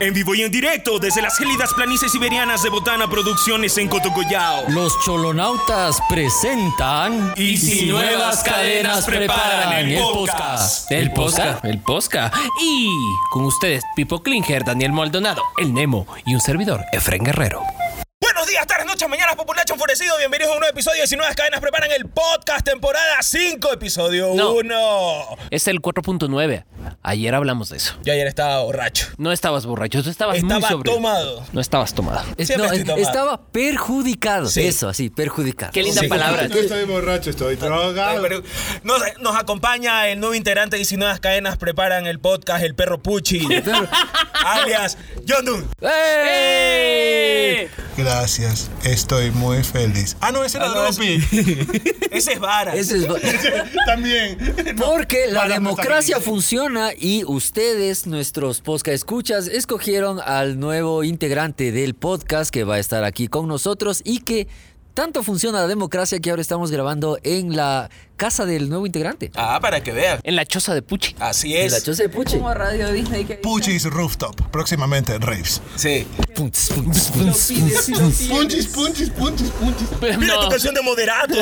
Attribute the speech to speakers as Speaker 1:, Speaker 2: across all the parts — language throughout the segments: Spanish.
Speaker 1: En vivo y en directo desde las gélidas planicies siberianas de Botana Producciones en Cotocollao.
Speaker 2: Los cholonautas presentan.
Speaker 1: Y si nuevas cadenas preparan el podcast.
Speaker 3: El Posca, el Posca. Y con ustedes, Pipo Klinger, Daniel Maldonado, el Nemo y un servidor, Efren Guerrero.
Speaker 1: Buenos días, tardes, noches, mañanas, populacho enfurecido. Bienvenidos a un nuevo episodio de Si Nuevas Cadenas Preparan el Podcast, temporada 5, episodio
Speaker 3: No.
Speaker 1: 1.
Speaker 3: Es el 4.9. Ayer hablamos de eso.
Speaker 1: Yo ayer estaba borracho.
Speaker 3: No estabas borracho, tú estabas muy
Speaker 1: Estaba
Speaker 3: sobre.
Speaker 1: tomado.
Speaker 3: No estabas tomado.
Speaker 2: Es-
Speaker 1: Siempre
Speaker 2: no,
Speaker 1: estoy
Speaker 2: es-
Speaker 1: tomado.
Speaker 2: estaba perjudicado.
Speaker 1: Sí.
Speaker 2: Eso, así, perjudicado.
Speaker 3: Qué linda
Speaker 1: Sí.
Speaker 3: palabra.
Speaker 4: No estoy borracho, estoy drogado.
Speaker 1: Nos, nos acompaña el nuevo integrante de Si Nuevas Cadenas Preparan el Podcast, el perro Puchi, alias John Doon.
Speaker 3: ¡Ey!
Speaker 4: Gracias, estoy muy feliz.
Speaker 1: Ah, no, ese era Dropi. Ese es Vara.
Speaker 2: Eso es.
Speaker 4: También.
Speaker 2: Porque la
Speaker 4: Para
Speaker 2: democracia
Speaker 4: nuestra
Speaker 2: funciona y ustedes, nuestros podcast escuchas, escogieron al nuevo integrante del podcast que va a estar aquí con nosotros y que tanto funciona la democracia que ahora estamos grabando en la casa del nuevo integrante.
Speaker 1: Ah, para que vean.
Speaker 3: En la choza de Puchi.
Speaker 1: Así
Speaker 2: En la
Speaker 1: es.
Speaker 2: choza de Puchi.
Speaker 5: Como Radio Disney que
Speaker 4: Puchis Rooftop, próximamente en Raves.
Speaker 1: Sí.
Speaker 2: Punts, punts, punts, punts, punts.
Speaker 4: Punchis, punchis, punchis, punchis.
Speaker 1: Mira tu
Speaker 3: No.
Speaker 1: canción de moderato.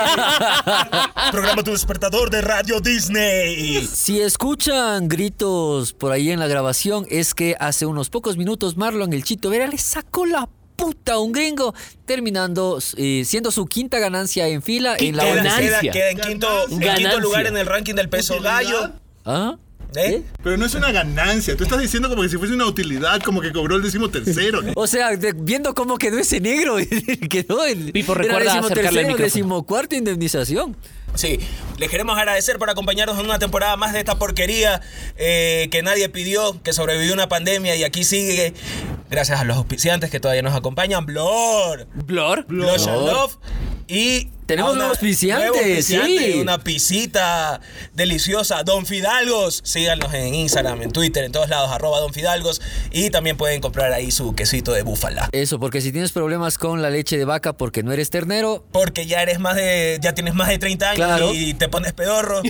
Speaker 1: amigo. Programa tu despertador de Radio Disney.
Speaker 2: Si escuchan gritos por ahí en la grabación, es que hace unos pocos minutos Marlon el Chito Vera le sacó la puta a un gringo, terminando eh, siendo su quinta ganancia en fila en la
Speaker 3: Quinta
Speaker 1: Queda,
Speaker 2: ONU.
Speaker 3: ganancia.
Speaker 1: queda- queda en, quinto, en
Speaker 3: Ganancia.
Speaker 1: quinto lugar en el ranking del peso gallo.
Speaker 2: ¿Ah?
Speaker 1: ¿Eh?
Speaker 4: Pero no es una ganancia, tú estás diciendo como que si fuese una utilidad, como que cobró el décimo tercero.
Speaker 2: O sea, de- viendo cómo quedó ese negro, quedó el
Speaker 3: Pipo, recuerda acercarle el micrófono.
Speaker 2: decimocuarta indemnización.
Speaker 1: Sí, les queremos agradecer por acompañarnos en una temporada más de esta porquería eh, que nadie pidió, que sobrevivió una pandemia y aquí sigue. Gracias a los auspiciantes que todavía nos acompañan. Blor,
Speaker 3: Blor.
Speaker 1: Blor Shalov y.
Speaker 2: Tenemos
Speaker 1: a una-
Speaker 2: nuevos auspiciantes,
Speaker 1: nuevo auspiciante,
Speaker 2: sí.
Speaker 1: Una pisita deliciosa. Don Fidalgos. Síganos en Instagram, en Twitter, en todos lados. Arroba Don Fidalgos. Y también pueden comprar ahí su quesito de búfala.
Speaker 2: Eso, porque si tienes problemas con la leche de vaca porque no eres ternero,
Speaker 1: Porque ya eres más de. ya tienes más de 30 años
Speaker 2: Claro.
Speaker 1: y te pones pedorro.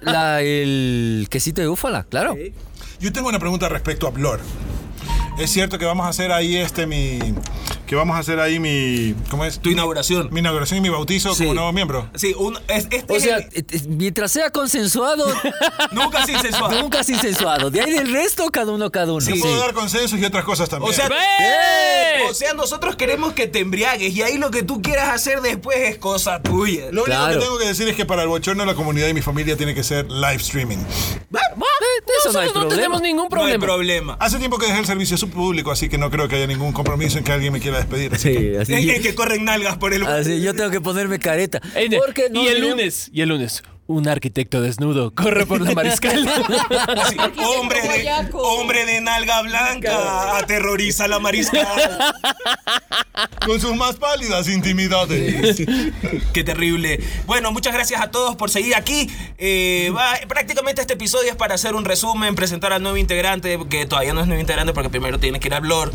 Speaker 2: la, el quesito de búfala, claro.
Speaker 4: Yo tengo una pregunta respecto a Blor. Es cierto que vamos a hacer ahí este mi. Que vamos a hacer ahí mi. ¿Cómo es?
Speaker 1: Tu inauguración.
Speaker 4: Mi inauguración y mi bautizo
Speaker 1: Sí.
Speaker 4: como nuevo miembro.
Speaker 1: Sí, un, es- este
Speaker 2: O
Speaker 1: es
Speaker 2: sea,
Speaker 1: el-
Speaker 2: eh, eh, mientras sea consensuado,
Speaker 1: nunca sin sensual.
Speaker 2: nunca sin sensuado. De ahí del resto, cada uno, cada uno.
Speaker 4: Te puedo dar consensos y otras cosas también.
Speaker 1: O sea,
Speaker 3: ¡Ve!
Speaker 1: o sea, nosotros queremos que te embriagues y ahí lo que tú quieras hacer después es cosa tuya.
Speaker 4: Lo único
Speaker 2: Claro.
Speaker 4: que tengo que decir es que para el bochorno de la comunidad y mi familia tiene que ser live streaming.
Speaker 2: Eh, de eso no hay
Speaker 3: Nosotros no
Speaker 2: problema.
Speaker 3: tenemos
Speaker 1: No
Speaker 3: ningún
Speaker 1: hay
Speaker 3: problema.
Speaker 1: problema.
Speaker 4: Hace tiempo que dejé el servicio público, así que no creo que haya ningún compromiso en que alguien me quiera despedir. así que-
Speaker 2: Sí, así,
Speaker 3: Eh,
Speaker 1: Hay que corren nalgas por el.
Speaker 2: así, yo tengo que ponerme careta.
Speaker 3: Ey, de-
Speaker 2: Porque no
Speaker 3: Eh, y el
Speaker 2: olvidemos-
Speaker 3: lunes, y el lunes, un arquitecto desnudo corre por la mariscal.
Speaker 1: Así, hombre, de,
Speaker 5: Guayaco.
Speaker 1: hombre de nalga blanca aterroriza a la mariscal.
Speaker 4: Con sus más pálidas intimidades.
Speaker 1: Qué terrible. Bueno, muchas gracias a todos por seguir aquí. Eh, va- prácticamente este episodio es para hacer un resumen, presentar al nuevo integrante, que todavía no es nuevo integrante porque primero tiene que ir al Blor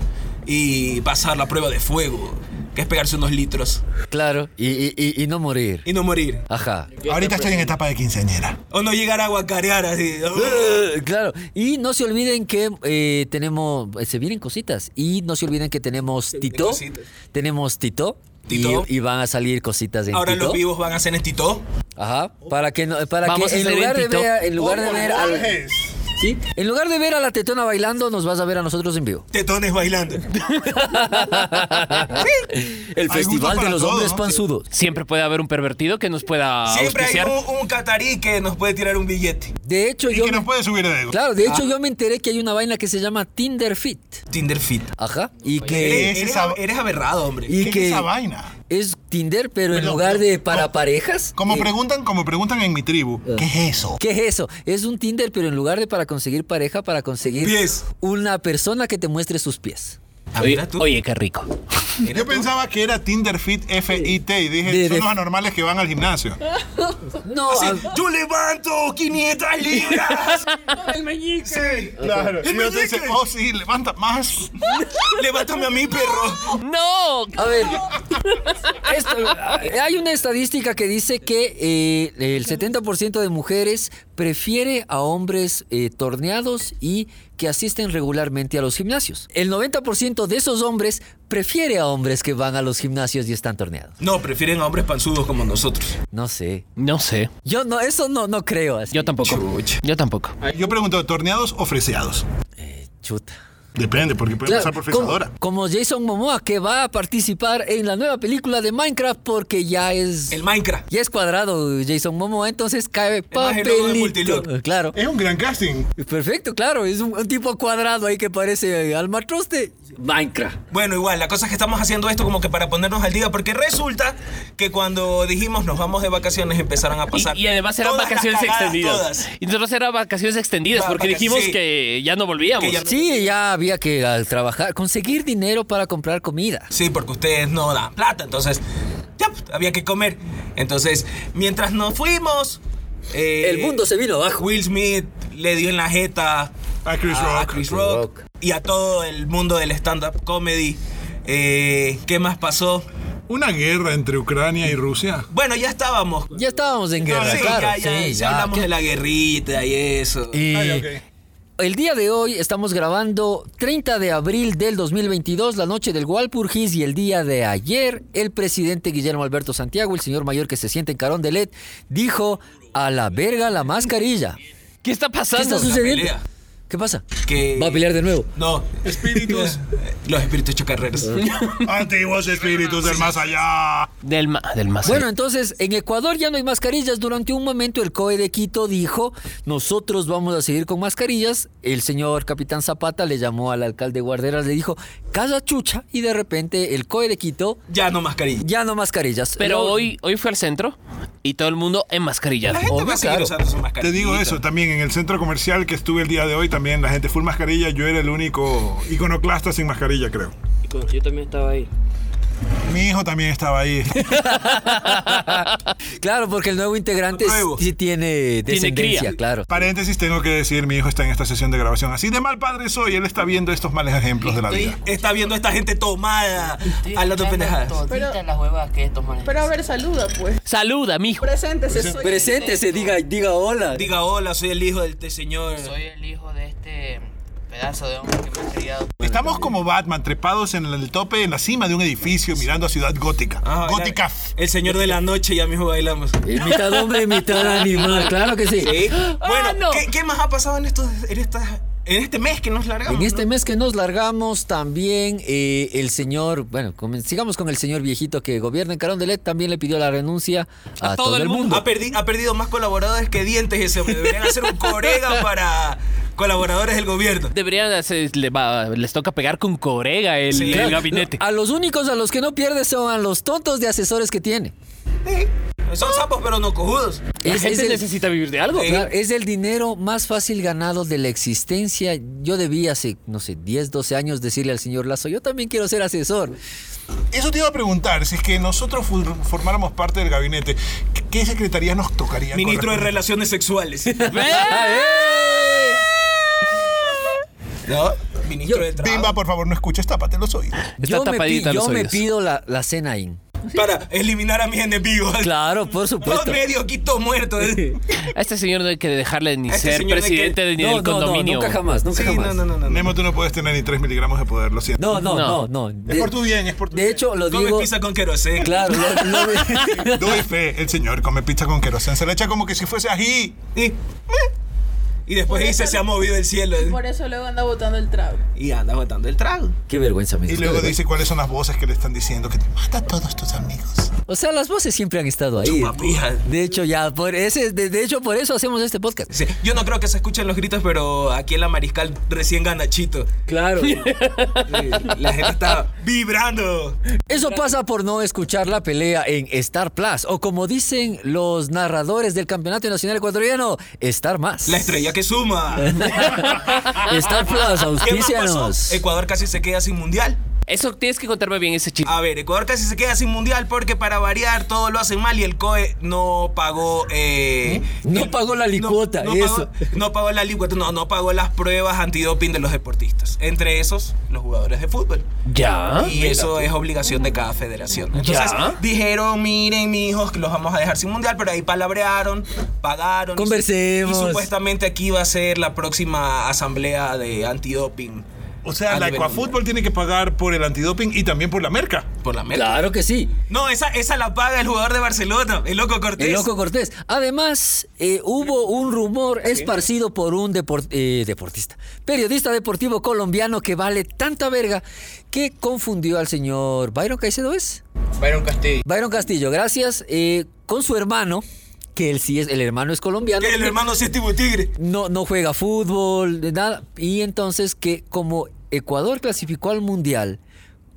Speaker 1: y pasar la prueba de fuego, que es pegarse unos litros
Speaker 2: Claro, y, y- y- y no morir.
Speaker 1: y no morir.
Speaker 2: Ajá.
Speaker 4: Ahorita estoy en etapa de quinceañera.
Speaker 1: O no llegar a guacarear así.
Speaker 2: Eh, Claro, y no se olviden que eh, tenemos, eh, se vienen cositas, y no se olviden que tenemos Tito,
Speaker 1: cositas.
Speaker 2: tenemos Tito, y-
Speaker 1: Tito.
Speaker 2: Y, van a salir cositas en
Speaker 1: Ahora
Speaker 2: Tito.
Speaker 1: los vivos van a ser en Tito.
Speaker 2: Ajá, para que, no- para
Speaker 3: Vamos
Speaker 2: que
Speaker 3: a
Speaker 2: en
Speaker 3: hacer en
Speaker 2: lugar, de
Speaker 3: Tito.
Speaker 2: ver, a- en, lugar de ver al,
Speaker 4: Jorges.
Speaker 2: ¿sí? en lugar de ver a la tetona bailando, nos vas a ver a nosotros en vivo.
Speaker 1: Tetones bailando.
Speaker 2: El
Speaker 4: Hay gusto
Speaker 2: Festival de
Speaker 4: para
Speaker 2: los
Speaker 4: todo,
Speaker 2: Hombres
Speaker 4: ¿no?
Speaker 2: Panzudos.
Speaker 3: Siempre puede haber un pervertido que nos pueda
Speaker 1: Siempre hay
Speaker 3: auspiciar.
Speaker 1: un, un catarí que nos puede tirar un billete.
Speaker 2: De hecho,
Speaker 4: Y Ah.
Speaker 2: yo
Speaker 4: que
Speaker 2: me,
Speaker 4: nos puede subir de ego.
Speaker 2: claro, de hecho yo me enteré que hay una vaina que se llama Tinder Fit.
Speaker 1: Tinder fit.
Speaker 2: Ajá, y que
Speaker 1: Eres,
Speaker 4: ese
Speaker 1: eres
Speaker 4: sab-
Speaker 1: a- eres aberrado, hombre.
Speaker 2: y
Speaker 4: ¿Qué
Speaker 2: que
Speaker 4: es esa vaina?
Speaker 2: es Tinder, pero en
Speaker 4: Pero-
Speaker 2: lugar de para
Speaker 4: como-
Speaker 2: parejas.
Speaker 4: Como
Speaker 2: eh,
Speaker 4: preguntan, como preguntan en mi tribu, ¿qué es eso?
Speaker 2: ¿Qué es eso? Es un Tinder, pero en lugar de para conseguir pareja, para conseguir
Speaker 1: Pies.
Speaker 2: una persona que te muestre sus pies.
Speaker 1: Ah,
Speaker 3: Oye,
Speaker 1: mira tú.
Speaker 3: oye, qué rico.
Speaker 4: Yo pensaba que era Tinder Fit FIT y dije,
Speaker 2: De-
Speaker 4: son
Speaker 2: de-
Speaker 4: los anormales que van al gimnasio. ¿Ah,
Speaker 2: No,
Speaker 1: Sí,
Speaker 2: a-
Speaker 1: yo levanto 500 libras.
Speaker 5: el meñique.
Speaker 4: Claro. Y yo te dice, oh sí, levanta más.
Speaker 1: Levántame a mí, perro.
Speaker 3: ¡No!
Speaker 2: a ver. esto- hay una estadística que dice que eh, el 70% de mujeres prefiere a hombres eh, torneados y que asisten regularmente a los gimnasios. El 90% de esos hombres prefiere a hombres que van a los gimnasios y están torneados.
Speaker 1: No, prefieren a hombres panzudos como nosotros.
Speaker 2: No sé.
Speaker 3: No sé.
Speaker 2: Yo no, eso no, no creo así.
Speaker 3: Yo tampoco.
Speaker 1: Chucha.
Speaker 3: Yo tampoco.
Speaker 4: Yo pregunto, ¿torneados o freseados?
Speaker 2: Eh, chuta.
Speaker 4: Depende, porque puede
Speaker 2: Claro,
Speaker 4: pasar por
Speaker 2: como,
Speaker 4: fresadora.
Speaker 2: como Jason Momoa que va a participar en la nueva película de Minecraft porque ya es...
Speaker 1: El Minecraft.
Speaker 2: Ya es cuadrado Jason Momoa, entonces cabe
Speaker 1: Además, el logo de
Speaker 2: papelito.
Speaker 1: Multilook.
Speaker 2: Claro.
Speaker 4: Es un gran casting.
Speaker 2: Perfecto, claro. Es un, un tipo cuadrado ahí que parece eh, almatroste. Minecraft.
Speaker 1: Bueno, igual, la cosa es que estamos haciendo esto como que para ponernos al día, porque resulta que cuando dijimos nos vamos de vacaciones empezaron a
Speaker 3: Y,
Speaker 1: pasar.
Speaker 3: y además eran
Speaker 1: todas las
Speaker 3: vacaciones
Speaker 1: cagadas,
Speaker 3: extendidas.
Speaker 1: todas.
Speaker 3: Y nosotros eran vacaciones extendidas
Speaker 1: Va-
Speaker 3: porque
Speaker 1: vaca-
Speaker 3: dijimos
Speaker 1: sí.
Speaker 3: que ya no volvíamos.
Speaker 1: Que ya no-
Speaker 2: Sí, ya había que al trabajar, conseguir dinero para comprar comida.
Speaker 1: Sí, porque ustedes no dan plata, entonces ya pues, había que comer. Entonces, mientras nos fuimos, eh,
Speaker 2: El mundo se vino abajo.
Speaker 1: Will Smith le dio en la jeta
Speaker 4: A Chris Rock.
Speaker 1: Chris
Speaker 2: Chris
Speaker 1: Rock
Speaker 2: Rock.
Speaker 1: y a todo el mundo del stand-up comedy. Eh, ¿Qué más pasó?
Speaker 4: Una guerra entre Ucrania y Rusia.
Speaker 1: Bueno, ya estábamos.
Speaker 2: Ya estábamos en guerra,
Speaker 1: Ah, Sí,
Speaker 2: claro.
Speaker 1: ya, ya,
Speaker 2: sí,
Speaker 1: ya
Speaker 2: ya.
Speaker 1: hablamos
Speaker 2: ¿Qué-
Speaker 1: de la guerrita y eso.
Speaker 2: Y
Speaker 4: Ah, ya, ok.
Speaker 2: el día de hoy estamos grabando 30 de abril del 2022, la noche del Walpurgis y el día de ayer el presidente Guillermo Alberto Santiago, el señor mayor que se siente en Carón de Led, dijo a la verga la mascarilla.
Speaker 3: ¿Qué está
Speaker 2: ¿Qué
Speaker 3: pasando?
Speaker 2: está sucediendo?
Speaker 1: pelea.
Speaker 2: ¿Qué pasa?
Speaker 1: que
Speaker 2: Va a pelear de nuevo.
Speaker 1: No.
Speaker 4: Espíritus.
Speaker 1: Los espíritus chocarreros.
Speaker 2: Mm.
Speaker 4: Antiguos espíritus del más allá.
Speaker 3: Del, ma- del más.
Speaker 2: Bueno, entonces, en Ecuador ya no hay mascarillas. Durante un momento el COE de Quito dijo, nosotros vamos a seguir con mascarillas. El señor Capitán Zapata le llamó al alcalde Guarderas, le dijo, calla chucha. Y de repente el COE de Quito,
Speaker 1: ya no mascarilla.
Speaker 2: ya no mascarillas.
Speaker 3: Pero
Speaker 2: Lo-
Speaker 3: hoy, hoy fue al centro y todo el mundo enmascarillado.
Speaker 1: La gente
Speaker 2: Obvio,
Speaker 1: va a seguir
Speaker 2: claro.
Speaker 1: usando su mascarilla.
Speaker 4: Te digo eso, también en el centro comercial que estuve el día de hoy, también la gente full mascarilla, yo era el único iconoclasta sin mascarilla, creo.
Speaker 6: Yo también estaba ahí.
Speaker 4: Mi hijo también estaba ahí.
Speaker 2: Claro, porque el nuevo integrante
Speaker 1: Nuevo.
Speaker 2: sí tiene descendencia,
Speaker 3: cría.
Speaker 2: claro.
Speaker 4: Paréntesis, tengo que decir, mi hijo está en esta sesión de grabación. Así de mal padre soy, él está viendo estos males ejemplos de la vida.
Speaker 1: Está viendo a esta gente tomada hablando pendejadas.
Speaker 5: Pero-
Speaker 6: las huevas que estos manes.
Speaker 5: Pero a ver, saluda pues.
Speaker 3: Saluda, mijo.
Speaker 5: Preséntese. soy-
Speaker 2: Presente, se diga, diga hola.
Speaker 1: Diga hola, soy el hijo del este señor.
Speaker 6: Soy el hijo de este pedazo de hombre que me ha criado.
Speaker 4: Estamos como Batman, trepados en el tope, en la cima de un edificio, mirando a Ciudad Gótica.
Speaker 1: Ah, baila-
Speaker 4: Gótica.
Speaker 1: El señor de la noche, ya mismo bailamos.
Speaker 2: Eh, Mitad hombre, mitad animal, claro que sí.
Speaker 1: Sí. Bueno,
Speaker 3: no.
Speaker 1: ¿qué, qué más ha pasado en, estos, en, estas- en este mes que nos largamos?
Speaker 2: En este
Speaker 1: no?
Speaker 2: mes que nos largamos también eh, el señor, bueno, comen- sigamos con el señor viejito que gobierna en Carón de Led, también le pidió la renuncia a, todo, el mundo.
Speaker 1: Ha, perdi- ha perdido más colaboradores que dientes ese hombre. Deberían hacer un corega para colaboradores del gobierno.
Speaker 3: Deberían hacer, le va- les toca pegar con corega el,
Speaker 1: Sí.
Speaker 3: el
Speaker 1: Claro.
Speaker 3: gabinete.
Speaker 2: A los únicos a los que no pierde son a los tontos de asesores que tiene.
Speaker 1: Son sapos, pero no cojudos.
Speaker 3: La
Speaker 2: Es-
Speaker 3: gente
Speaker 2: es el- Eh,
Speaker 3: necesita vivir de algo.
Speaker 1: Sí.
Speaker 2: Claro, es el dinero más fácil ganado de la existencia. Yo debí hace, no sé, 10, 12 años decirle al señor Lazo, yo también quiero ser asesor.
Speaker 3: ¡Eh!
Speaker 4: Eso te iba a preguntar, si es que nosotros for- formáramos parte del gabinete, ¿qué- ¿qué secretaría nos tocaría?
Speaker 1: Ministro de
Speaker 4: corresponder?
Speaker 1: Relaciones Sexuales.
Speaker 2: Ah, ¡Eh!
Speaker 1: ¿No? Ministro
Speaker 2: Yo-
Speaker 1: de
Speaker 4: Bimba,
Speaker 1: Trabajo.
Speaker 4: por favor, no escuches, tápate los oídos.
Speaker 3: Está
Speaker 2: Yo me, pi-
Speaker 3: tapadita los
Speaker 2: yo me
Speaker 3: oídos.
Speaker 2: pido la, la cena IN.
Speaker 1: Para eliminar a mis enemigos.
Speaker 2: Claro, por
Speaker 1: Dos
Speaker 2: supuesto.
Speaker 1: medio quito muerto.
Speaker 3: A este señor no hay que dejarle ni
Speaker 1: A este
Speaker 3: ser
Speaker 1: señor no hay que-
Speaker 3: presidente ni
Speaker 2: No,
Speaker 3: del
Speaker 2: no, no,
Speaker 3: condominio.
Speaker 2: nunca jamás, nunca
Speaker 1: Sí,
Speaker 2: jamás.
Speaker 1: no, no, no, no. no.
Speaker 4: Nemo, tú no puedes tener ni 3 miligramos de poder, lo siento.
Speaker 2: No, no, no, no.
Speaker 3: No.
Speaker 4: es
Speaker 2: De,
Speaker 4: por tu bien, es por tu
Speaker 2: de
Speaker 4: bien.
Speaker 2: hecho, lo
Speaker 1: Come
Speaker 2: digo.
Speaker 1: pizza con querosén.
Speaker 2: Claro, lo, lo-
Speaker 4: Doy fe, el señor come pizza con querosén, se le echa como que si fuese ají.
Speaker 1: Y, y después dice, se ha movido el cielo.
Speaker 5: Por eso luego anda botando el trago.
Speaker 1: Y anda botando el trago.
Speaker 2: Qué vergüenza, me
Speaker 4: Y luego dice cuáles son las voces que le están diciendo que te mata a todos tus amigos.
Speaker 2: O sea, las voces siempre han estado ahí.
Speaker 1: Chupapija.
Speaker 2: De hecho, ya, por ese, de, de hecho, por eso hacemos este podcast.
Speaker 1: Sí, Yo no creo que se escuchen los gritos, pero aquí en la Mariscal recién gana Chito.
Speaker 2: Claro.
Speaker 1: Sí, La gente está vibrando.
Speaker 2: Eso pasa por no escuchar la pelea en Star Plus, o como dicen los narradores del Campeonato Nacional Ecuatoriano, Star Más.
Speaker 1: La estrella que suma.
Speaker 2: Star
Speaker 1: ¿Qué
Speaker 2: Plus,
Speaker 1: más pasó?
Speaker 2: auspicianos.
Speaker 1: Ecuador casi se queda sin mundial.
Speaker 3: Eso tienes que contarme bien ese chip.
Speaker 1: A ver, Ecuador casi se queda sin mundial porque para variar todo lo hacen mal y el COE no pagó... eh,
Speaker 2: No
Speaker 1: el-
Speaker 2: pagó la licuota,
Speaker 1: no,
Speaker 2: eso.
Speaker 1: Pagó, no pagó la licuota, no, no pagó las pruebas antidoping de los deportistas. Entre esos, los jugadores de fútbol.
Speaker 3: Ya.
Speaker 1: Y eso es obligación de cada federación. Entonces
Speaker 3: Ya.
Speaker 1: dijeron, miren, mis hijos, que los vamos a dejar sin mundial, pero ahí palabrearon, pagaron. y su-
Speaker 2: Conversemos.
Speaker 1: Y, supuestamente aquí va a ser la próxima asamblea de antidoping.
Speaker 4: O sea,
Speaker 1: a
Speaker 4: la
Speaker 1: nivel
Speaker 4: Ecuafútbol
Speaker 1: mundial.
Speaker 4: tiene que pagar por el antidoping y también por la merca.
Speaker 1: Por la meta.
Speaker 2: Claro que sí.
Speaker 1: No, esa, esa la paga el jugador de Barcelona, el loco Cortés.
Speaker 2: El loco Cortés. Además, eh, hubo un rumor
Speaker 1: ¿Ah,
Speaker 2: esparcido por un depor- eh, deportista, periodista deportivo colombiano que vale tanta verga que confundió al señor Byron Caicedo, ¿es?
Speaker 6: Byron Castillo.
Speaker 2: Byron Castillo, gracias, eh, con su hermano, que él sí es, el hermano es colombiano.
Speaker 1: Que el hermano sí es tipo tigre.
Speaker 2: no, no juega fútbol, de nada. Y entonces que como Ecuador clasificó al Mundial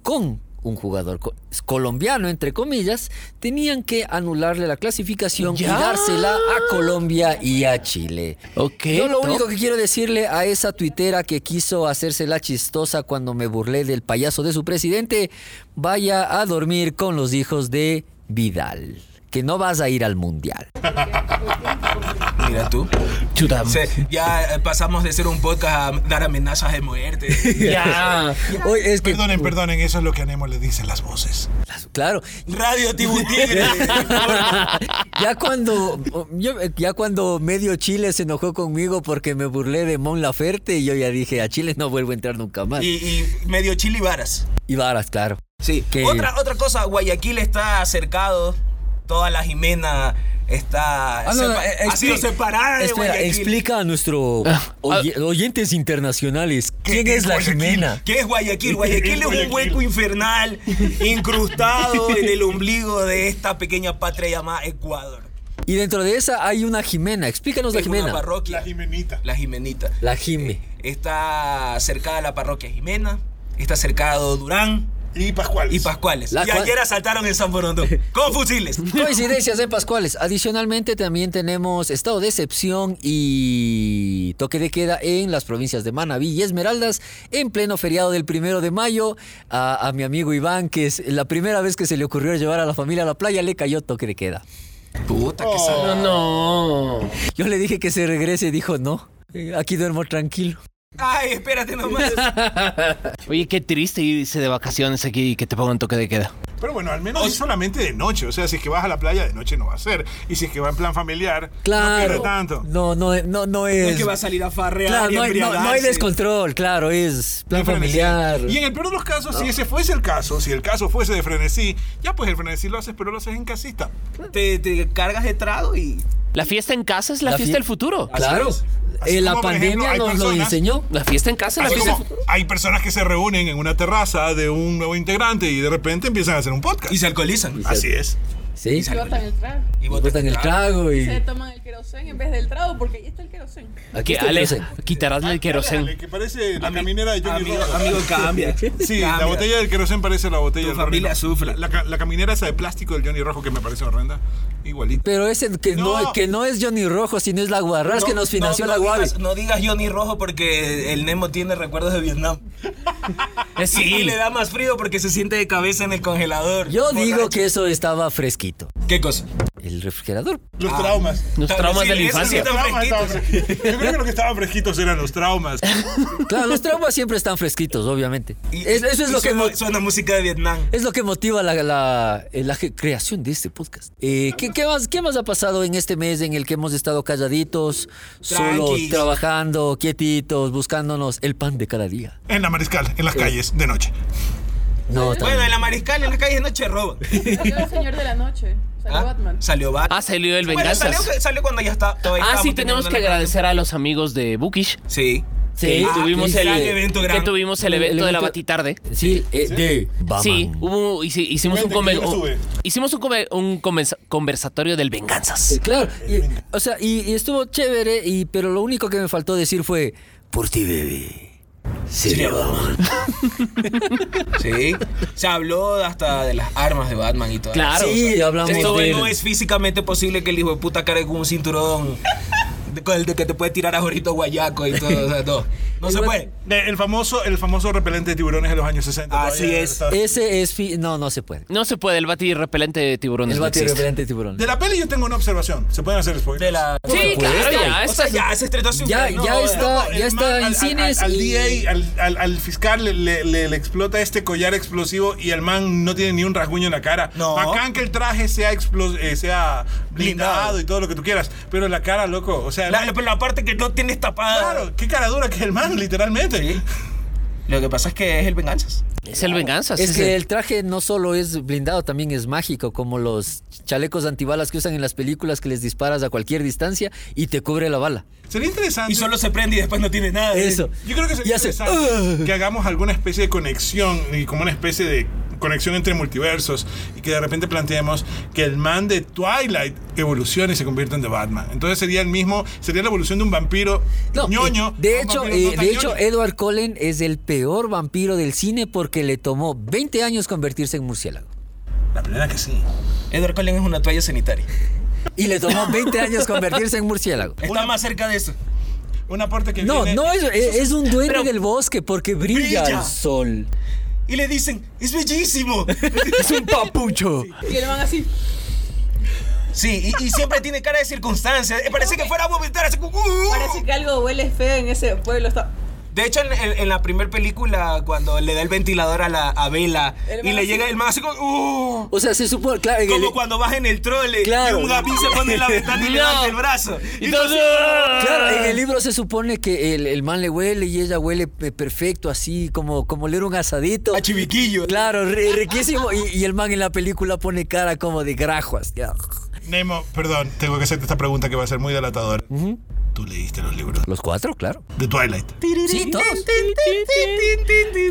Speaker 2: con un jugador co- colombiano, entre comillas, tenían que anularle la clasificación
Speaker 3: Ya.
Speaker 2: y dársela a Colombia y a Chile.
Speaker 3: Ok,
Speaker 2: Yo lo
Speaker 3: top.
Speaker 2: único que quiero decirle a esa tuitera que quiso hacerse la chistosa cuando me burlé del payaso de su presidente, vaya a dormir con los hijos de Vidal, que no vas a ir al Mundial.
Speaker 1: Mira tú.
Speaker 3: Chuta.
Speaker 1: Se- ya eh, pasamos de ser un podcast a dar amenazas de muerte.
Speaker 3: Ya.
Speaker 2: Hoy es que-
Speaker 4: Perdonen, perdonen, eso es lo que a Nemo le dicen las voces.
Speaker 2: Claro,
Speaker 1: Radio Tibu Tigre.
Speaker 2: ya cuando yo- ya cuando medio Chile se enojó conmigo porque me burlé de Mon Laferte y yo ya dije a Chile no vuelvo a entrar nunca más.
Speaker 1: y,
Speaker 2: Y,
Speaker 1: y medio chili varas.
Speaker 2: varas, claro.
Speaker 1: Sí.
Speaker 2: Que-
Speaker 1: Otra, otra cosa, Guayaquil está cercado. Toda la Jimena está
Speaker 2: Ah, no, no,
Speaker 1: sepa-
Speaker 2: eh,
Speaker 1: ha sido
Speaker 2: expli-
Speaker 1: separada de
Speaker 2: Espera,
Speaker 1: Guayaquil.
Speaker 2: explica a nuestro
Speaker 3: Ah,
Speaker 2: oy- oyentes internacionales quién es la
Speaker 4: Guayaquil?
Speaker 2: Jimena.
Speaker 1: ¿Qué es Guayaquil? Guayaquil es un
Speaker 4: Guayaquil.
Speaker 1: hueco infernal incrustado en el ombligo de esta pequeña patria llamada Ecuador.
Speaker 2: Y dentro de esa hay una Jimena. Explícanos la
Speaker 1: Es una
Speaker 2: Jimena.
Speaker 1: parroquia.
Speaker 4: La Jimenita.
Speaker 1: La Jimenita.
Speaker 2: La Jime.
Speaker 1: Está cercada la parroquia Jimena. Está cercado Durán
Speaker 4: Y Pascual.
Speaker 1: y Pascuales.
Speaker 2: La
Speaker 1: y
Speaker 2: cual-
Speaker 1: ayer asaltaron en San Borondón con fusiles.
Speaker 2: Coincidencias de Pascuales. Adicionalmente también tenemos estado de excepción y toque de queda en las provincias de Manabí y Esmeraldas en pleno feriado del primero de mayo. A, a mi amigo Iván, que es la primera vez que se le ocurrió llevar a la familia a la playa, le cayó toque de queda.
Speaker 1: Puta, qué
Speaker 4: Oh.
Speaker 3: No, no.
Speaker 2: Yo le dije que se regrese y dijo no. eh, Aquí duermo tranquilo.
Speaker 1: Ay, espérate nomás.
Speaker 3: Oye, qué triste irse de vacaciones aquí y que te pongan toque de queda.
Speaker 4: Pero bueno, al menos es solamente de noche. O sea, si es que vas a la playa, de noche no va a ser. Y si es que va en plan familiar, no
Speaker 2: Claro.
Speaker 4: pierde tanto.
Speaker 2: No, no, no, no es.
Speaker 1: No es que va a salir a farrear
Speaker 2: Pues, Claro,
Speaker 1: y
Speaker 2: no hay, no- no hay
Speaker 1: embriagarse.
Speaker 2: descontrol, claro, es plan
Speaker 4: De frenesí.
Speaker 2: familiar.
Speaker 4: Y en el peor de los casos, si ese fuese el caso, si el caso fuese de frenesí, ya pues el frenesí lo haces, pero lo haces en casita.
Speaker 1: Te, te cargas de trago y.
Speaker 3: La fiesta en casa es la,
Speaker 2: La
Speaker 3: fiesta
Speaker 2: fie-
Speaker 3: del futuro.
Speaker 2: Claro.
Speaker 1: Así
Speaker 4: es. Así
Speaker 2: Eh, la
Speaker 4: como, por ejemplo,
Speaker 2: pandemia
Speaker 4: hay
Speaker 2: nos lo
Speaker 4: personas-
Speaker 2: enseñó.
Speaker 3: La fiesta en casa es la
Speaker 4: Así
Speaker 3: fiesta
Speaker 4: como hay personas que se reúnen en una terraza de un nuevo integrante y de repente empiezan a hacer un podcast.
Speaker 1: Y se alcoholizan.
Speaker 4: Así es.
Speaker 2: Sí.
Speaker 1: sal-
Speaker 5: Botan el trago.
Speaker 1: Y
Speaker 2: Y botan el trago y.
Speaker 5: Se toman el querosén en vez del trago porque ahí está el querosén.
Speaker 2: Aquí
Speaker 3: del
Speaker 2: está
Speaker 3: futuro.
Speaker 2: el
Speaker 3: Ale,
Speaker 2: querosén.
Speaker 3: quitarásle el querosén.
Speaker 4: Que parece la caminera de Johnny
Speaker 1: Amigo,
Speaker 4: Rojas.
Speaker 1: amigo, cambia.
Speaker 4: Sí,
Speaker 1: Cambia.
Speaker 4: la botella del querosén parece la botella
Speaker 1: Tu
Speaker 4: del
Speaker 1: familia
Speaker 4: Johnny Rojo.
Speaker 1: sufre.
Speaker 4: La, ca- la caminera esa de plástico del Johnny Rojo que me parece horrenda. Igualito.
Speaker 2: Pero ese que no.
Speaker 4: No.
Speaker 2: que no es Johnny Rojo, sino es la Guarras que nos financió
Speaker 1: no
Speaker 2: la Guave.
Speaker 1: digas- No digas Johnny Rojo porque el Nemo tiene recuerdos de Vietnam. Y
Speaker 3: Sí.
Speaker 1: le da más frío porque se siente de cabeza en el congelador.
Speaker 2: Yo digo
Speaker 1: Borracho.
Speaker 2: que eso estaba fresquito.
Speaker 1: ¿Qué cosa?
Speaker 2: El refrigerador.
Speaker 4: Los traumas.
Speaker 3: Los
Speaker 1: Tal-
Speaker 3: traumas
Speaker 1: sí,
Speaker 3: de la
Speaker 1: eso sí
Speaker 3: infancia.
Speaker 1: está fresquito.
Speaker 4: Yo creo que los que estaban fresquitos eran los traumas.
Speaker 2: Claro, los traumas siempre están fresquitos, obviamente.
Speaker 1: Y-
Speaker 2: Es- eso es
Speaker 1: y
Speaker 2: lo que,
Speaker 1: suena,
Speaker 2: mo-
Speaker 1: suena música de Vietnam.
Speaker 2: es lo que motiva la, la- eh, la ge- creación de este podcast. Eh, ¿qué, qué más, ¿Qué más ha pasado en este mes en el que hemos estado calladitos, solo
Speaker 1: Tranquis.
Speaker 2: trabajando, quietitos, buscándonos el pan de cada día?
Speaker 4: En la mariscal, en las calles, de noche.
Speaker 2: No,
Speaker 1: Bueno,
Speaker 2: también.
Speaker 1: en la mariscal, en la calle de noche roban.
Speaker 5: Salió el señor de la noche. Salió
Speaker 1: Ah,
Speaker 5: Batman.
Speaker 1: Salió Batman.
Speaker 3: Ah, salió el
Speaker 1: Bueno,
Speaker 3: Venganzas.
Speaker 1: salió, salió cuando ya está. todavía
Speaker 3: Ah, sí,
Speaker 1: estábamos
Speaker 3: tenemos que
Speaker 1: terminando la-
Speaker 3: agradecer a los amigos de Bookish.
Speaker 1: Sí.
Speaker 2: Sí,
Speaker 1: Ah,
Speaker 3: tuvimos
Speaker 1: qué
Speaker 3: el,
Speaker 1: gran evento, gran-
Speaker 3: que tuvimos el
Speaker 2: El
Speaker 3: evento de la
Speaker 2: evento-
Speaker 3: Batitarde.
Speaker 2: Sí, eh, de Batman.
Speaker 3: Sí, hubo, hici- hicimos un,
Speaker 4: Vente, que yo
Speaker 3: conven-
Speaker 4: me sube.
Speaker 3: hicimos un, conven- un convensa- conversatorio del Venganzas.
Speaker 2: Sí, Claro, y- o sea, y, y estuvo chévere, y, pero lo único que me faltó decir fue, por ti, bebé. Sería Batman.
Speaker 1: Sí. Se habló hasta de las armas de Batman y todo.
Speaker 3: Claro.
Speaker 2: Sí, hablamos
Speaker 1: Esto
Speaker 2: de
Speaker 1: no es físicamente posible que el hijo de puta cargue con un cinturón de- con el de que te puede tirar a Jorito Guayaco y todo. O sea, no. No se
Speaker 2: Igual-
Speaker 1: puede.
Speaker 4: De- El famoso, el famoso repelente de tiburones de los años 60.
Speaker 1: Así
Speaker 4: todavía
Speaker 1: es. Eh.
Speaker 4: está-
Speaker 2: Ese es... fi- no, no se puede.
Speaker 3: No se puede, el batir repelente de tiburones.
Speaker 2: El
Speaker 3: no
Speaker 2: batido
Speaker 3: existe.
Speaker 2: referente tiburón. Pues,
Speaker 4: De la peli yo tengo una observación. Se pueden hacer spoilers.
Speaker 1: De la.
Speaker 3: Sí, claro, ya.
Speaker 1: O sea,
Speaker 3: estas-
Speaker 1: ya se estrenó hace un
Speaker 2: Ya,
Speaker 1: año,
Speaker 2: ya
Speaker 1: no,
Speaker 2: está.
Speaker 4: No, Ah, el
Speaker 2: ya está
Speaker 4: man
Speaker 2: en
Speaker 4: al- al-
Speaker 2: cines
Speaker 4: Al, al
Speaker 2: y-
Speaker 4: DA, al, al- al fiscal le, le- le- le explota este collar explosivo y el man no tiene ni un rasguño en la cara.
Speaker 1: No.
Speaker 4: Bacán que el traje sea, explo- eh, sea blindado,
Speaker 1: Blindado.
Speaker 4: y todo lo que tú quieras. Pero la cara, loco. O sea, el
Speaker 1: La-
Speaker 4: man-
Speaker 1: pero la parte que no tienes tapada.
Speaker 4: claro, qué cara dura que es el man, literalmente.
Speaker 1: Lo que pasa es que es el venganzas.
Speaker 3: Es el venganza.
Speaker 2: Es
Speaker 3: sí,
Speaker 2: que
Speaker 3: sí.
Speaker 2: el traje no solo es blindado, también es mágico, como los chalecos antibalas que usan en las películas que les disparas a cualquier distancia y te cubre la bala.
Speaker 4: Sería interesante.
Speaker 1: Y solo se prende y después no tiene nada.
Speaker 2: Eso.
Speaker 4: Yo creo que
Speaker 2: Y
Speaker 4: sería
Speaker 2: hace,
Speaker 4: interesante
Speaker 2: "Ugh".
Speaker 4: que hagamos alguna especie de conexión y como una especie de conexión entre multiversos y que de repente planteemos que el man de Twilight evolucione y se convierta en The Batman. Entonces sería el mismo, sería la evolución de un vampiro
Speaker 2: No, eh,
Speaker 4: ñoño. a
Speaker 2: de
Speaker 4: un
Speaker 2: hecho,
Speaker 4: vampiro no
Speaker 2: eh,
Speaker 4: tan
Speaker 2: de hecho,
Speaker 4: ñoño.
Speaker 2: Edward Cullen es el peor vampiro del cine porque le tomó 20 años convertirse en murciélago.
Speaker 4: la primera que sí.
Speaker 1: Edward Cullen es una toalla sanitaria.
Speaker 2: Y le tomó 20 años convertirse en murciélago.
Speaker 1: Está más cerca de eso.
Speaker 4: Un aporte que
Speaker 2: No,
Speaker 4: viene-
Speaker 2: no es, es- es un duende del bosque porque brilla,
Speaker 1: Brilla.
Speaker 2: el sol.
Speaker 1: Y le dicen, es bellísimo.
Speaker 2: Es un papucho.
Speaker 5: Y el man así.
Speaker 1: Sí, y, y siempre tiene cara de circunstancia. Eh, Parece que fuera a vomitar. así como, "Uh".
Speaker 5: Parece que algo huele feo en ese pueblo. Está.
Speaker 1: De hecho, en, en- en la primera película, cuando le da el ventilador a la a Vela
Speaker 5: El
Speaker 1: y
Speaker 5: man
Speaker 1: le
Speaker 5: así.
Speaker 1: llega el man así como, "Uh".
Speaker 2: O sea, se supone, claro, que
Speaker 1: como
Speaker 2: le-
Speaker 1: cuando vas en el trole
Speaker 2: Claro.
Speaker 1: y un gavín se pone en la ventana y
Speaker 3: No.
Speaker 1: levanta el brazo. Y tú
Speaker 3: Entonces-
Speaker 2: Claro, en el libro se supone que el, el man le huele y ella huele pe- perfecto, así como, como leer un asadito.
Speaker 1: así,
Speaker 4: Ah,
Speaker 1: a chiviquillo.
Speaker 2: Claro, ri- riquísimo. Y, y el man en la película pone cara como de grajuas. ya.
Speaker 4: Nemo, perdón, tengo que hacerte esta pregunta que va a ser muy delatadora. Tú leíste los libros
Speaker 2: Los cuatro, claro.
Speaker 4: de Twilight.
Speaker 2: Sí, todos.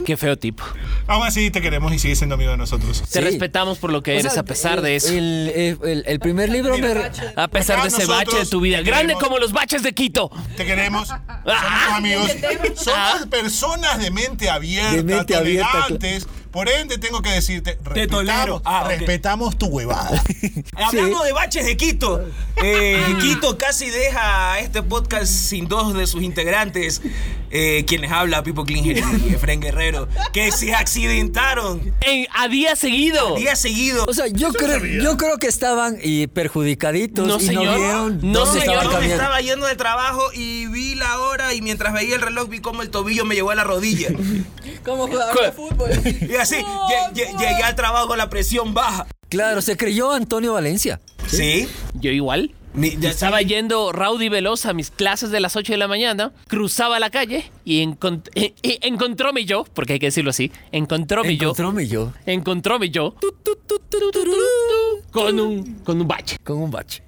Speaker 3: Qué feo tipo.
Speaker 4: Aún así te queremos y sigues siendo amigo de nosotros.
Speaker 2: Sí.
Speaker 3: Te respetamos por lo que
Speaker 2: O
Speaker 3: eres
Speaker 2: sea,
Speaker 3: a pesar de
Speaker 2: el-
Speaker 3: eso.
Speaker 2: El, el- el primer libro me...
Speaker 3: a pesar
Speaker 4: Acá
Speaker 3: de ese
Speaker 4: nosotros
Speaker 3: bache de tu vida.
Speaker 4: te
Speaker 3: Grande
Speaker 4: queremos.
Speaker 3: como los baches de Quito.
Speaker 4: Te queremos. Somos tus amigos. Somos personas de mente abierta,
Speaker 2: De mente abierta, claro.
Speaker 4: tolerantes. Por ende, tengo que decirte,
Speaker 1: tolero.
Speaker 4: respetamos,
Speaker 1: Ah, ok.
Speaker 4: respetamos tu huevada.
Speaker 1: Hablando de baches de Quito, eh, Quito casi deja este podcast sin dos de sus integrantes, eh, quienes habla Pipo Klinger y Efren Guerrero, que se accidentaron
Speaker 3: En- a día seguido.
Speaker 1: día seguido.
Speaker 2: O sea, yo creo, yo creo que estaban y perjudicaditos
Speaker 3: No,
Speaker 2: y no
Speaker 3: señor.
Speaker 2: vieron
Speaker 3: No,
Speaker 2: dónde
Speaker 1: Entonces,
Speaker 3: señor.
Speaker 2: estaban
Speaker 1: yo me
Speaker 2: caminando.
Speaker 1: estaba yendo de trabajo y vi la hora y mientras veía el reloj vi cómo el tobillo me llegó a la rodilla.
Speaker 5: Como jugador de fútbol.
Speaker 1: Y así lle- lle- llegué al trabajo con la presión baja.
Speaker 2: Claro, se creyó Antonio Valencia.
Speaker 1: Sí.
Speaker 3: Yo igual.
Speaker 1: Mi- ya
Speaker 3: Estaba
Speaker 1: sí.
Speaker 3: yendo rowdy veloz a mis clases de las 8 de la mañana, cruzaba la calle y, encont- y- y encontró mi yo, porque hay que decirlo así, encontró mi yo,
Speaker 2: Encontróme yo
Speaker 3: encontró mi yo tu, tu, tu, tu, tu, tu, tu, con un, con un bache.
Speaker 2: con un bache.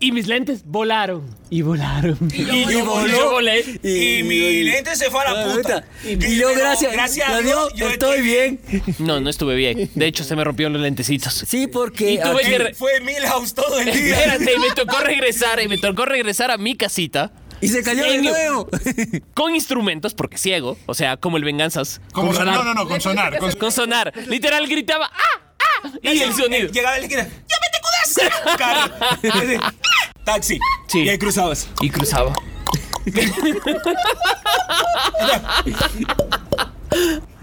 Speaker 3: Y mis lentes volaron y volaron. Y
Speaker 5: yo volé.
Speaker 3: volé. yo volé.
Speaker 1: Y, mi lente se fue a la
Speaker 2: Ah,
Speaker 1: puta.
Speaker 2: puta. Y yo,
Speaker 1: pero
Speaker 2: gracias,
Speaker 1: Gracias a
Speaker 2: a Dios,
Speaker 1: yo
Speaker 2: estoy bien.
Speaker 3: No, no estuve bien. De hecho, se me rompieron los lentecitos.
Speaker 2: Sí, porque...
Speaker 3: Y tuve que re-
Speaker 1: Fue Milhouse todo el día.
Speaker 3: Espérate, y me tocó regresar, y me tocó regresar a mi casita
Speaker 2: Y se cayó de
Speaker 3: Genio.
Speaker 2: nuevo.
Speaker 3: con instrumentos, porque ciego, o sea, como el venganzas.
Speaker 4: Como
Speaker 3: con
Speaker 4: sonar. No,
Speaker 3: sonar.
Speaker 4: no, no, con sonar. con-
Speaker 3: Con sonar. Literal gritaba ¡Ah! ¡Ah! Y el sonido.
Speaker 1: Llegaba a la esquina. ¡Ya me te cudas! Carro. Taxi.
Speaker 3: Sí.
Speaker 1: Y ahí cruzabas.
Speaker 3: Y cruzaba.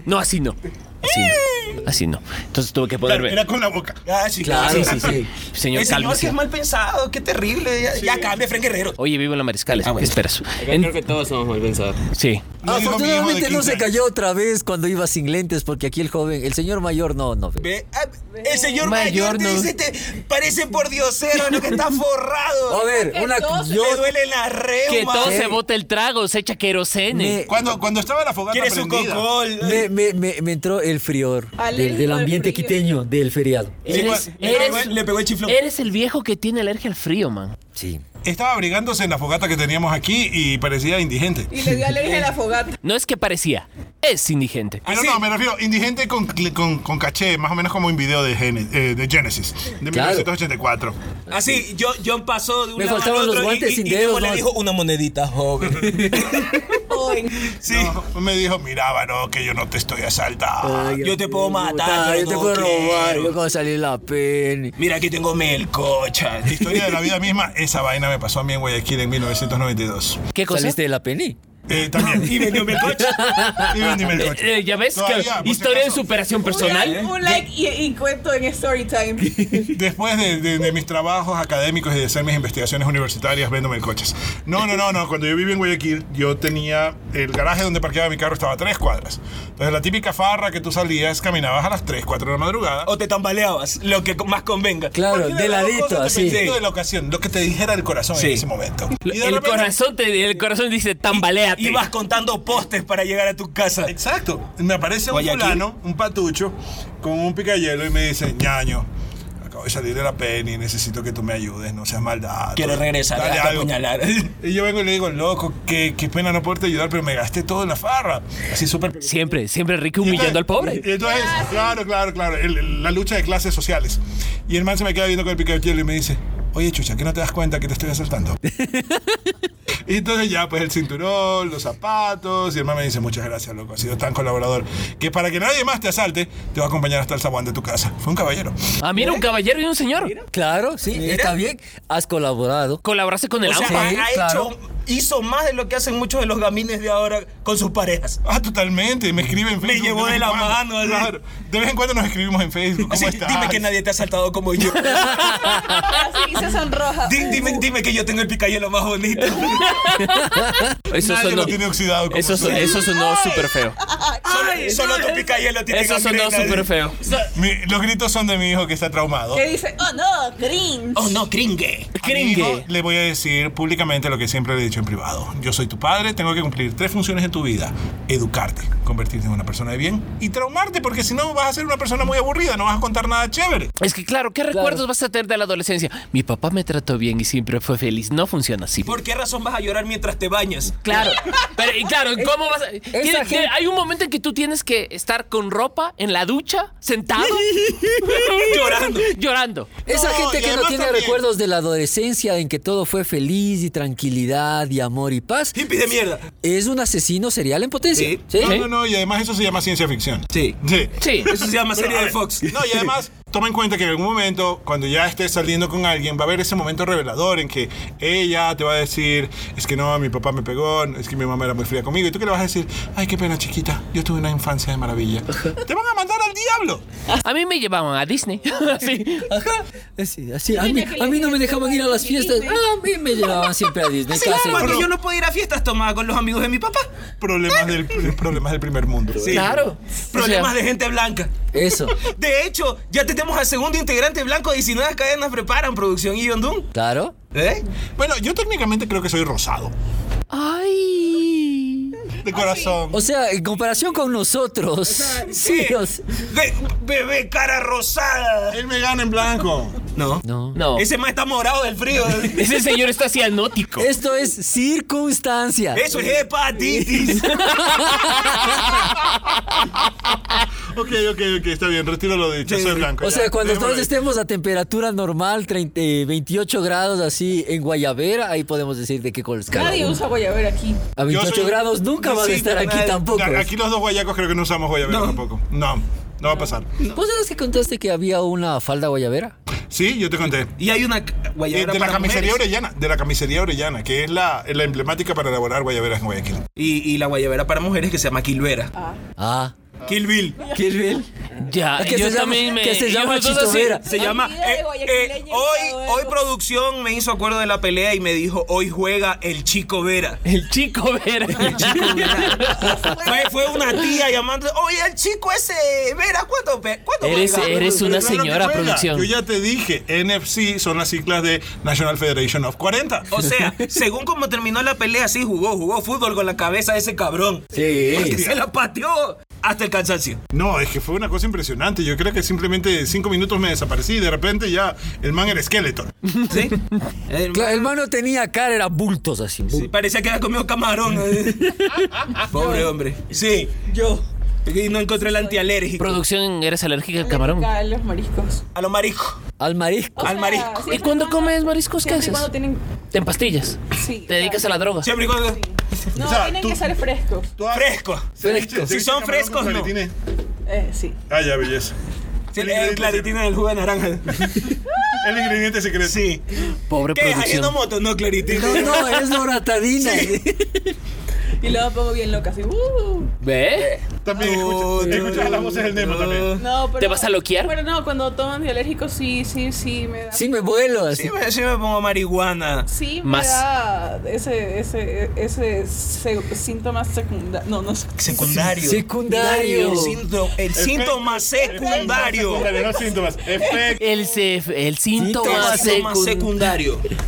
Speaker 3: No, así no. Así no. Así no. Entonces tuve que ponerme.
Speaker 4: Era con la boca.
Speaker 1: Ah, sí,
Speaker 2: Claro, sí, sí.
Speaker 3: Señor,
Speaker 1: El señor sí
Speaker 3: cálmese.
Speaker 1: es mal pensado, qué terrible. Ya, ya cambia, Fren Guerrero.
Speaker 3: Oye, vivo en la Mariscales.
Speaker 1: Ah, bueno.
Speaker 3: ¿Qué esperas? En-
Speaker 7: Creo que todos somos mal pensados.
Speaker 3: Sí.
Speaker 4: Lo dijo mi hijo de
Speaker 2: Afortunadamente no
Speaker 4: 15
Speaker 2: se
Speaker 4: años.
Speaker 2: cayó otra vez cuando iba sin lentes, porque aquí el joven, el señor mayor, no, no. ve.
Speaker 1: Ve, ah, el señor mayor,
Speaker 3: Mayor
Speaker 1: te
Speaker 3: no.
Speaker 1: dice, te parece por diosero, lo que está
Speaker 2: A
Speaker 1: forrado.
Speaker 2: ver,
Speaker 5: Que
Speaker 2: una.
Speaker 5: todos-
Speaker 2: Yo,
Speaker 1: Le duele la
Speaker 3: Que
Speaker 1: reuma.
Speaker 3: todo
Speaker 2: Sí.
Speaker 3: se bote el trago, se echa querosene.
Speaker 2: me,
Speaker 4: Cuando, cuando estaba la fogata
Speaker 1: Quiere su
Speaker 4: prendida.
Speaker 1: cocol.
Speaker 2: me- me- me- me entró el frior del,
Speaker 5: Alérgico
Speaker 2: del
Speaker 5: al
Speaker 2: ambiente
Speaker 5: frío.
Speaker 2: quiteño, del feriado.
Speaker 3: Eres,
Speaker 1: Sí, le pegó-
Speaker 3: eres,
Speaker 1: le pegó el chiflón.
Speaker 3: eres el viejo que tiene alergia al frío, man.
Speaker 2: Sí.
Speaker 4: Estaba abrigándose en la fogata que teníamos aquí y parecía indigente.
Speaker 5: Y le dio alergia a la fogata.
Speaker 3: No es que parecía, es indigente.
Speaker 4: Pero
Speaker 1: Así.
Speaker 4: no, me refiero, indigente con, con, con caché, más o menos como un video de, Gene- eh, de Genesis, de
Speaker 2: Claro.
Speaker 4: 1984.
Speaker 1: Así, Ah, yo, John pasó de un
Speaker 2: Me
Speaker 1: lado al
Speaker 2: faltaban los
Speaker 1: otro y,
Speaker 2: guantes
Speaker 1: y-
Speaker 2: sin
Speaker 1: y luego
Speaker 2: dedos,
Speaker 1: le
Speaker 2: ¿no?
Speaker 1: dijo una monedita joven.
Speaker 5: O joven.
Speaker 1: Sí.
Speaker 4: No, me dijo, mira, varón, que yo no te estoy asaltando.
Speaker 1: yo te puedo matar,
Speaker 2: yo
Speaker 1: pero
Speaker 2: te
Speaker 1: no
Speaker 2: puedo robar,
Speaker 1: quiero.
Speaker 2: yo como salir la pena.
Speaker 1: Mira, aquí tengo melcocha.
Speaker 4: La historia de la vida misma, esa vaina me pasó a mí en Guayaquil en 1992.
Speaker 3: ¿Qué cosa?
Speaker 2: ¿Saliste de la peni?
Speaker 4: Eh, también.
Speaker 1: Y vendió melcocha.
Speaker 4: Y vendíme el coche.
Speaker 3: Eh, eh, ya ves que
Speaker 4: Todavía, por si
Speaker 3: historia de
Speaker 4: acaso.
Speaker 3: superación
Speaker 5: Un like,
Speaker 3: personal.
Speaker 5: un like y, y cuento en story time.
Speaker 4: Después de, de- de mis trabajos académicos y de hacer mis investigaciones universitarias, vendo el coches. No, no, no, no. Cuando yo vivía en Guayaquil, yo tenía el garaje donde parqueaba mi carro estaba a tres cuadras. Entonces, la típica farra que tú salías, caminabas a las 3, 4 de la madrugada.
Speaker 3: Oh,
Speaker 1: O te tambaleabas, lo que más convenga.
Speaker 2: Claro,
Speaker 4: Cualquiera
Speaker 2: de
Speaker 4: las dos
Speaker 2: ladito,
Speaker 4: cosas,
Speaker 2: así.
Speaker 4: Dependiendo de la ocasión, lo que te dijera el corazón
Speaker 1: Sí.
Speaker 4: en ese momento. Y de
Speaker 3: El
Speaker 4: repente-
Speaker 3: corazón te, el corazón dice tambaleate.
Speaker 1: Y vas contando postes para llegar a tu casa.
Speaker 4: Exacto. Me aparece un
Speaker 1: Guayaquil.
Speaker 4: fulano, un patucho, con un picayelo y me dice, ñaño. Acabo de salir de la pena y necesito que tú me ayudes, no seas maldad.
Speaker 1: Quiero regresar
Speaker 4: Dale
Speaker 1: a
Speaker 4: algo".
Speaker 1: apuñalar.
Speaker 4: Y yo vengo y le digo, loco, qué, qué pena no poderte ayudar, pero me gasté todo en la farra. Así súper...
Speaker 3: Siempre, siempre rico humillando al pobre.
Speaker 4: Y entonces, claro, claro, claro, el- el- la lucha de clases sociales. Y el man se me queda viendo con el picayelo y me dice, oye, chucha, ¿qué no te das cuenta que te estoy asaltando? y entonces ya, pues el cinturón, los zapatos, y el man me dice, muchas gracias, loco, has sido tan colaborador, que para que nadie más te asalte, te va a acompañar hasta el zaguán de tu casa. Fue un caballero.
Speaker 3: Ah, mira, un caballero y un señor.
Speaker 2: Claro, sí, está bien. Has colaborado.
Speaker 3: Colaborarse con el
Speaker 1: O
Speaker 3: agua.
Speaker 1: sea,
Speaker 2: Sí,
Speaker 1: ha, ha
Speaker 2: claro.
Speaker 1: hecho, hizo más de lo que hacen muchos de los gamines de ahora con sus parejas.
Speaker 4: Ah, totalmente, me escribe en Facebook.
Speaker 1: llevó
Speaker 4: vez
Speaker 1: de
Speaker 4: en
Speaker 1: la
Speaker 4: cuando.
Speaker 1: mano, así.
Speaker 4: Claro, de vez en cuando nos escribimos en Facebook. ¿Cómo
Speaker 1: Sí,
Speaker 4: estás?
Speaker 1: dime que nadie te ha saltado como yo.
Speaker 5: Así se sonroja.
Speaker 1: Di- dime, dime que yo tengo el picayelo más bonito.
Speaker 3: Eso
Speaker 4: Nadie
Speaker 3: sonó,
Speaker 4: lo tiene oxidado como
Speaker 3: eso,
Speaker 4: tú.
Speaker 3: son- eso sonó súper feo.
Speaker 1: Solo, solo tu picayelo tiene
Speaker 3: Eso sonó
Speaker 1: gangrena.
Speaker 3: súper feo.
Speaker 4: Mi- los gritos son de mi hijo que está traumado.
Speaker 5: Que dice, oh no, green.
Speaker 1: Oh, no, cringe.
Speaker 4: A mi hijo
Speaker 3: Cringe.
Speaker 4: Le voy a decir públicamente lo que siempre le he dicho en privado. Yo soy tu padre, tengo que cumplir tres funciones en tu vida. Educarte, convertirte en una persona de bien y traumarte, porque si no vas a ser una persona muy aburrida, no vas a contar nada chévere.
Speaker 3: Es que claro, ¿qué recuerdos vas a tener de la adolescencia? Mi papá me trató bien y siempre fue feliz. No funciona así.
Speaker 1: ¿Por qué razón vas a llorar mientras te bañas?
Speaker 3: Claro, pero y claro, ¿cómo vas a...? tiene-
Speaker 2: gente-
Speaker 3: tiene- hay un momento en que tú tienes que estar con ropa, en la ducha, sentado,
Speaker 1: Llorando.
Speaker 3: llorando.
Speaker 2: Esa
Speaker 4: No,
Speaker 2: gente
Speaker 4: y
Speaker 2: que no
Speaker 4: además
Speaker 2: tiene
Speaker 4: también-
Speaker 2: recuerdos de la adolescencia en que todo fue feliz y tranquilidad y amor y paz,
Speaker 1: Hippie de mierda.
Speaker 2: es un asesino serial en potencia.
Speaker 1: Sí.
Speaker 2: ¿Sí?
Speaker 4: No, no, no, y además eso se llama ciencia ficción.
Speaker 1: Sí.
Speaker 4: Sí.
Speaker 3: Sí,
Speaker 1: Eso se llama serie
Speaker 4: A
Speaker 1: de
Speaker 4: ver,
Speaker 1: Fox.
Speaker 4: No, y además, toma en cuenta que en algún momento, cuando ya estés saliendo con alguien, va a haber ese momento revelador en que ella te va a decir, es que no, mi papá me pegó, es que mi mamá era muy fría conmigo. Y tú que le vas a decir, ay, qué pena, chiquita, yo tuve una infancia de maravilla. te van a mandar al diablo.
Speaker 3: a mí me llevaban a Disney. Sí.
Speaker 2: Ajá. Así, así. A,
Speaker 5: Yo
Speaker 2: mí,
Speaker 5: tenía que
Speaker 2: a mí no
Speaker 5: leer
Speaker 2: me dejaban ir a las
Speaker 5: Disney.
Speaker 2: fiestas. A mí me llevaban siempre a Disney.
Speaker 1: Sí,
Speaker 2: casi.
Speaker 1: porque yo no puedo ir a fiestas tomadas con los amigos de mi papá.
Speaker 4: Problemas del, problemas del primer mundo.
Speaker 3: Claro.
Speaker 1: Problemas
Speaker 3: O sea,
Speaker 1: de gente blanca.
Speaker 2: Eso.
Speaker 1: De hecho, ya tenemos al segundo integrante blanco. 19 cadenas preparan producción y Yondun.
Speaker 2: Claro.
Speaker 1: ¿Eh?
Speaker 4: Bueno, yo técnicamente creo que soy rosado.
Speaker 3: Ay.
Speaker 4: De corazón.
Speaker 2: O sea, en comparación con nosotros. sí. o sea-
Speaker 1: Be- bebé cara rosada.
Speaker 4: Él me gana en blanco.
Speaker 1: No.
Speaker 2: no.
Speaker 3: No.
Speaker 1: Ese más está morado del frío.
Speaker 3: Ese señor está cianótico.
Speaker 2: Esto es circunstancia.
Speaker 1: Eso es hepatitis.
Speaker 4: Ok, ok, ok, está bien, retiro lo dicho.
Speaker 1: Sí.
Speaker 4: Soy blanco.
Speaker 2: O
Speaker 4: ya. Eh,
Speaker 2: sea, cuando este
Speaker 4: Dejémoslo
Speaker 2: todos
Speaker 4: ahí.
Speaker 2: estemos a temperatura normal, 30, eh, 28 grados así en Guayabera, ahí podemos decir de qué color es cada
Speaker 5: Nadie
Speaker 2: uno.
Speaker 5: usa guayabera aquí.
Speaker 2: A
Speaker 4: Yo
Speaker 2: 28
Speaker 4: soy-
Speaker 2: grados nunca
Speaker 1: no,
Speaker 2: vas a
Speaker 1: sí,
Speaker 2: estar aquí
Speaker 1: nadie-
Speaker 2: tampoco.
Speaker 4: Aquí los dos guayacos creo que no usamos guayabera
Speaker 1: No.
Speaker 4: tampoco. No, no va a pasar.
Speaker 2: ¿Vos sabés que contaste que había una falda guayabera?
Speaker 4: Sí, yo te conté.
Speaker 1: y hay una
Speaker 4: Eh,
Speaker 1: guayabera
Speaker 4: de la
Speaker 1: para
Speaker 4: camisería
Speaker 1: mujeres.
Speaker 4: orellana, de la camisería orellana, que es la, la emblemática para elaborar guayaberas en Guayaquil.
Speaker 1: Y, y la guayabera para mujeres que se llama Quilvera.
Speaker 2: Ah.
Speaker 1: Kill Bill.
Speaker 2: ¿Qué bien?
Speaker 3: Ya,
Speaker 2: Que
Speaker 3: yo
Speaker 2: se llama-
Speaker 3: también me.
Speaker 2: que se
Speaker 3: yo
Speaker 2: llama
Speaker 3: nosotros así-
Speaker 2: Chistovera.
Speaker 1: Se llama.
Speaker 5: Olvida de
Speaker 1: eh,
Speaker 5: guayaquileña
Speaker 1: eh,
Speaker 5: y
Speaker 1: hoy,
Speaker 5: sabueso.
Speaker 1: hoy producción me hizo acuerdo de la pelea y me dijo: Hoy juega el chico Vera.
Speaker 3: El chico Vera.
Speaker 1: Fue, fue una tía llamando, oye, el chico ese, Vera, ¿cuánto, pe- cuánto
Speaker 3: Eres-
Speaker 1: juega?"
Speaker 3: eres
Speaker 4: Pero
Speaker 3: una
Speaker 4: no es lo que
Speaker 3: señora,
Speaker 4: juega.
Speaker 3: producción.
Speaker 4: Yo ya te dije, NFC son las siglas de National Federation of 40.
Speaker 1: O sea, según como terminó la pelea, sí jugó, jugó fútbol con la cabeza de ese cabrón. Porque
Speaker 2: Sí.
Speaker 1: se la pateó hasta el cansancio.
Speaker 4: No, es que fue una cosa impresionante. Yo creo que simplemente cinco minutos me desaparecí y de repente ya el man era esqueleto.
Speaker 1: ¿Sí? El-
Speaker 2: Claro, el mano tenía cara, era bultos así.
Speaker 1: sí, parecía que había comido camarón. Pobre hombre. Sí, yo. Y no encontré el antialérgico.
Speaker 3: Producción, eres alérgica al camarón.
Speaker 5: Acá los mariscos.
Speaker 1: A lo marico.
Speaker 2: Al marisco.
Speaker 5: O sea,
Speaker 1: Al marisco.
Speaker 5: siempre
Speaker 3: ¿Y cuando
Speaker 5: y cuando-
Speaker 3: comes mariscos, qué
Speaker 5: siempre y
Speaker 3: haces?
Speaker 5: cuando tienen-
Speaker 3: En pastillas.
Speaker 5: sí,
Speaker 3: Te dedicas a la droga.
Speaker 1: Siempre y cuando-
Speaker 5: No,
Speaker 4: O sea,
Speaker 5: tienen
Speaker 4: tú-
Speaker 5: que ser frescos.
Speaker 4: Tú has-
Speaker 1: Fresco.
Speaker 4: ceviche-
Speaker 2: Fresco.
Speaker 1: Si
Speaker 4: ceviche
Speaker 1: son
Speaker 4: de camarón con
Speaker 1: frescos, no.
Speaker 4: claritines.
Speaker 5: Eh, sí.
Speaker 4: Ah, ya, belleza.
Speaker 1: Sí,
Speaker 4: El
Speaker 1: el
Speaker 4: ingrediente
Speaker 1: claritín
Speaker 4: secreto.
Speaker 1: del jugo de naranja.
Speaker 4: El ingrediente secreto.
Speaker 1: Sí.
Speaker 3: Pobre
Speaker 1: ¿Qué es
Speaker 3: producción.
Speaker 1: haciendo moto? No, claritín.
Speaker 2: No, no, es loratadina.
Speaker 5: Y luego pongo bien loca, así. "Uh".
Speaker 3: ¿Ve?
Speaker 4: También escuchas, escuchas las voces del Nemo también.
Speaker 5: No, pero-
Speaker 3: ¿Te vas a loquear?
Speaker 5: Pero no, cuando toman dialérgicos, sí, sí, sí, me da.
Speaker 2: Sí me vuelo así.
Speaker 1: Sí me, sí me pongo marihuana.
Speaker 5: Sí,
Speaker 3: Más.
Speaker 5: me da ese, ese, ese se- síntoma secundario. No, no sé.
Speaker 1: Secundario.
Speaker 2: Secundario.
Speaker 1: El, síntoma, el síntoma secundario.
Speaker 4: Secundario, no síntomas. Efecto.
Speaker 3: El, se- el síntoma,
Speaker 1: Síntoma
Speaker 3: secundario.
Speaker 1: secundario.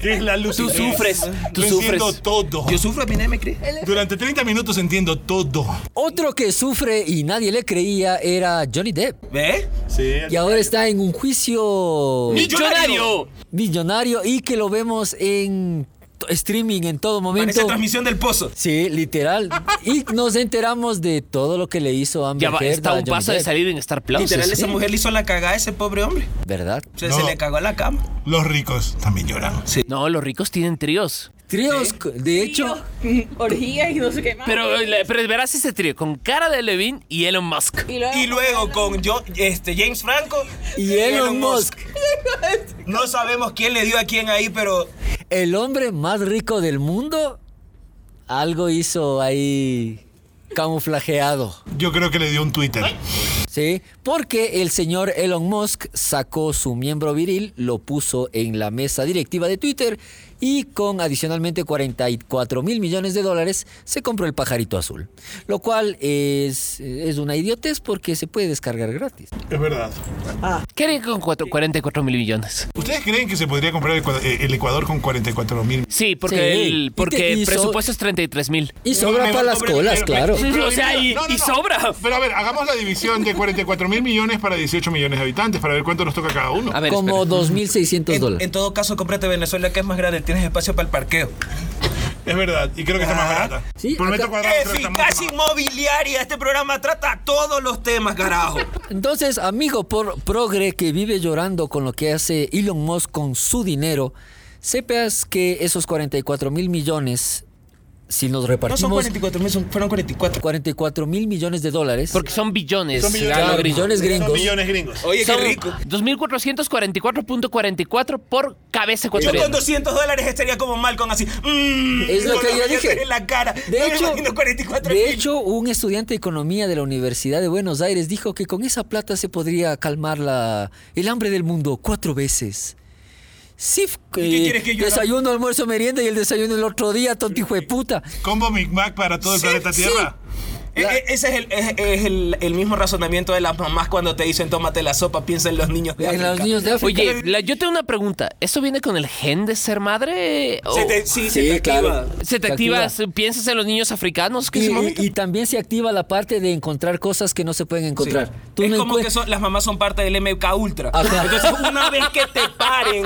Speaker 4: ¿Qué es la luz?
Speaker 3: Tú sufres, tú
Speaker 4: Yo entiendo
Speaker 3: sufres.
Speaker 4: todo.
Speaker 1: Yo sufro epidemia, ¿me crees?
Speaker 4: Durante 30 minutos entiendo todo.
Speaker 2: Otro que sufre y nadie le creía era Johnny Depp.
Speaker 1: ¿Ve?
Speaker 4: Sí.
Speaker 2: Y ahora está en un juicio
Speaker 3: ¡Millonario!
Speaker 2: millonario y que lo vemos en t- streaming en todo
Speaker 1: Parece
Speaker 2: momento.
Speaker 1: transmisión del pozo.
Speaker 2: Sí, literal. Y nos enteramos de todo lo que le hizo Amber
Speaker 3: Ya va,
Speaker 2: Heard
Speaker 3: está
Speaker 2: a
Speaker 3: un
Speaker 2: Johnny
Speaker 3: paso de
Speaker 2: Depp.
Speaker 3: salir en Star Plus.
Speaker 1: Literal,
Speaker 3: Sí.
Speaker 1: esa mujer le hizo la cagada a ese pobre hombre.
Speaker 2: ¿Verdad?
Speaker 1: O sea,
Speaker 4: No.
Speaker 1: se le cagó a la cama.
Speaker 4: Los ricos también lloran.
Speaker 3: No, los ricos tienen tríos.
Speaker 2: Tríos, co- de hecho,
Speaker 5: Tío, orgías y no sé qué más.
Speaker 3: Pero, eh, pero verás ese trío con cara de Levin y Elon Musk.
Speaker 5: Y luego,
Speaker 1: Y luego con yo, este, James Franco
Speaker 2: y Elon Musk,
Speaker 1: No sabemos quién le dio a quién ahí, pero
Speaker 2: el hombre más rico del mundo, algo hizo ahí camuflajeado.
Speaker 4: Yo creo que le dio un Twitter.
Speaker 2: Sí, porque el señor Elon Musk sacó su miembro viril, lo puso en la mesa directiva de Twitter y con adicionalmente 44 mil millones de dólares se compró el pajarito azul. Lo cual es, es una idiotez porque se puede descargar gratis.
Speaker 4: Es verdad.
Speaker 3: ¿Qué haría con cuatro- 44 mil millones?
Speaker 4: ¿Ustedes creen que se podría comprar el cua- eh, el Ecuador con 44 mil?
Speaker 3: Sí, porque,
Speaker 2: Sí. ¿Y
Speaker 3: el,
Speaker 2: qué
Speaker 3: porque el
Speaker 2: hizo?
Speaker 3: presupuesto es 33 mil.
Speaker 2: Y sobra
Speaker 4: me
Speaker 2: para
Speaker 4: va a
Speaker 2: las
Speaker 4: cobrar
Speaker 2: colas,
Speaker 4: dinero,
Speaker 2: claro.
Speaker 4: pero- pero
Speaker 3: O sea,
Speaker 4: dinero-
Speaker 3: y- y sobra.
Speaker 4: Pero a ver, hagamos la división de 44 mil millones para 18 millones de habitantes, para ver cuánto nos toca cada uno.
Speaker 3: A ver,
Speaker 2: Como
Speaker 3: espera.
Speaker 2: 2.600
Speaker 1: en, en
Speaker 2: dólares.
Speaker 1: todo caso cómprate Venezuela que es más grande, tienes espacio para el parqueo.
Speaker 4: Es verdad, y creo que está más
Speaker 1: Ajá.
Speaker 4: barata.
Speaker 2: Ah, Sí,
Speaker 4: Por metro
Speaker 2: acá-
Speaker 4: cuadrado creo que está mucho más
Speaker 1: Eficaz inmobiliaria, este programa trata todos los temas, carajo.
Speaker 2: Entonces, amigo por progre que vive llorando con lo que hace Elon Musk con su dinero, sepas que esos 44 mil millones, si nos
Speaker 1: No son
Speaker 2: repartimos
Speaker 1: 44 mil, son- fueron 44.
Speaker 2: 44 mil millones de dólares.
Speaker 3: Porque son billones.
Speaker 4: Son millones.
Speaker 2: Claro,
Speaker 4: Claro,
Speaker 2: millones
Speaker 4: Son
Speaker 2: gringos.
Speaker 4: millones gringos.
Speaker 1: Oye,
Speaker 3: Son
Speaker 1: qué rico.
Speaker 3: 2.444.44 por cabeza
Speaker 1: Yo con
Speaker 3: ecuatoriana.
Speaker 1: 200 dólares estaría como Malcolm así. mm,
Speaker 2: Es lo
Speaker 1: con
Speaker 2: que yo
Speaker 1: los dientes
Speaker 2: dije.
Speaker 1: En la cara.
Speaker 2: De hecho,
Speaker 1: 44
Speaker 2: de hecho, un estudiante de economía de la Universidad de Buenos Aires dijo que con esa plata se podría calmar la, el hambre del mundo cuatro veces. Sí, f-
Speaker 1: qué
Speaker 2: eh,
Speaker 1: quieres que yo haga?
Speaker 2: desayuno, almuerzo, merienda y el desayuno el otro día, tonto hijo de puta.
Speaker 4: Combo Big Mac para todo el
Speaker 1: Sí,
Speaker 4: planeta
Speaker 1: sí.
Speaker 4: Tierra.
Speaker 1: E- e- ese es, el, es- es el, el mismo razonamiento de las mamás cuando te dicen tómate la sopa, piensa en los niños. de
Speaker 2: En los
Speaker 1: África".
Speaker 2: niños de África.
Speaker 3: Oye, la- yo tengo una pregunta. ¿Eso viene con el gen de ser madre? ¿O
Speaker 1: Se te- sí, se te activa.
Speaker 3: se te activa? ¿Piensas en los niños africanos? que
Speaker 2: Y,
Speaker 3: se mami-
Speaker 2: y- y también se activa la parte de encontrar cosas que no se pueden encontrar. Tú
Speaker 1: es
Speaker 2: no
Speaker 1: como
Speaker 2: encuent-
Speaker 1: que son- las mamás son parte del MK Ultra.
Speaker 2: Ajá.
Speaker 1: Entonces, una vez que te paren,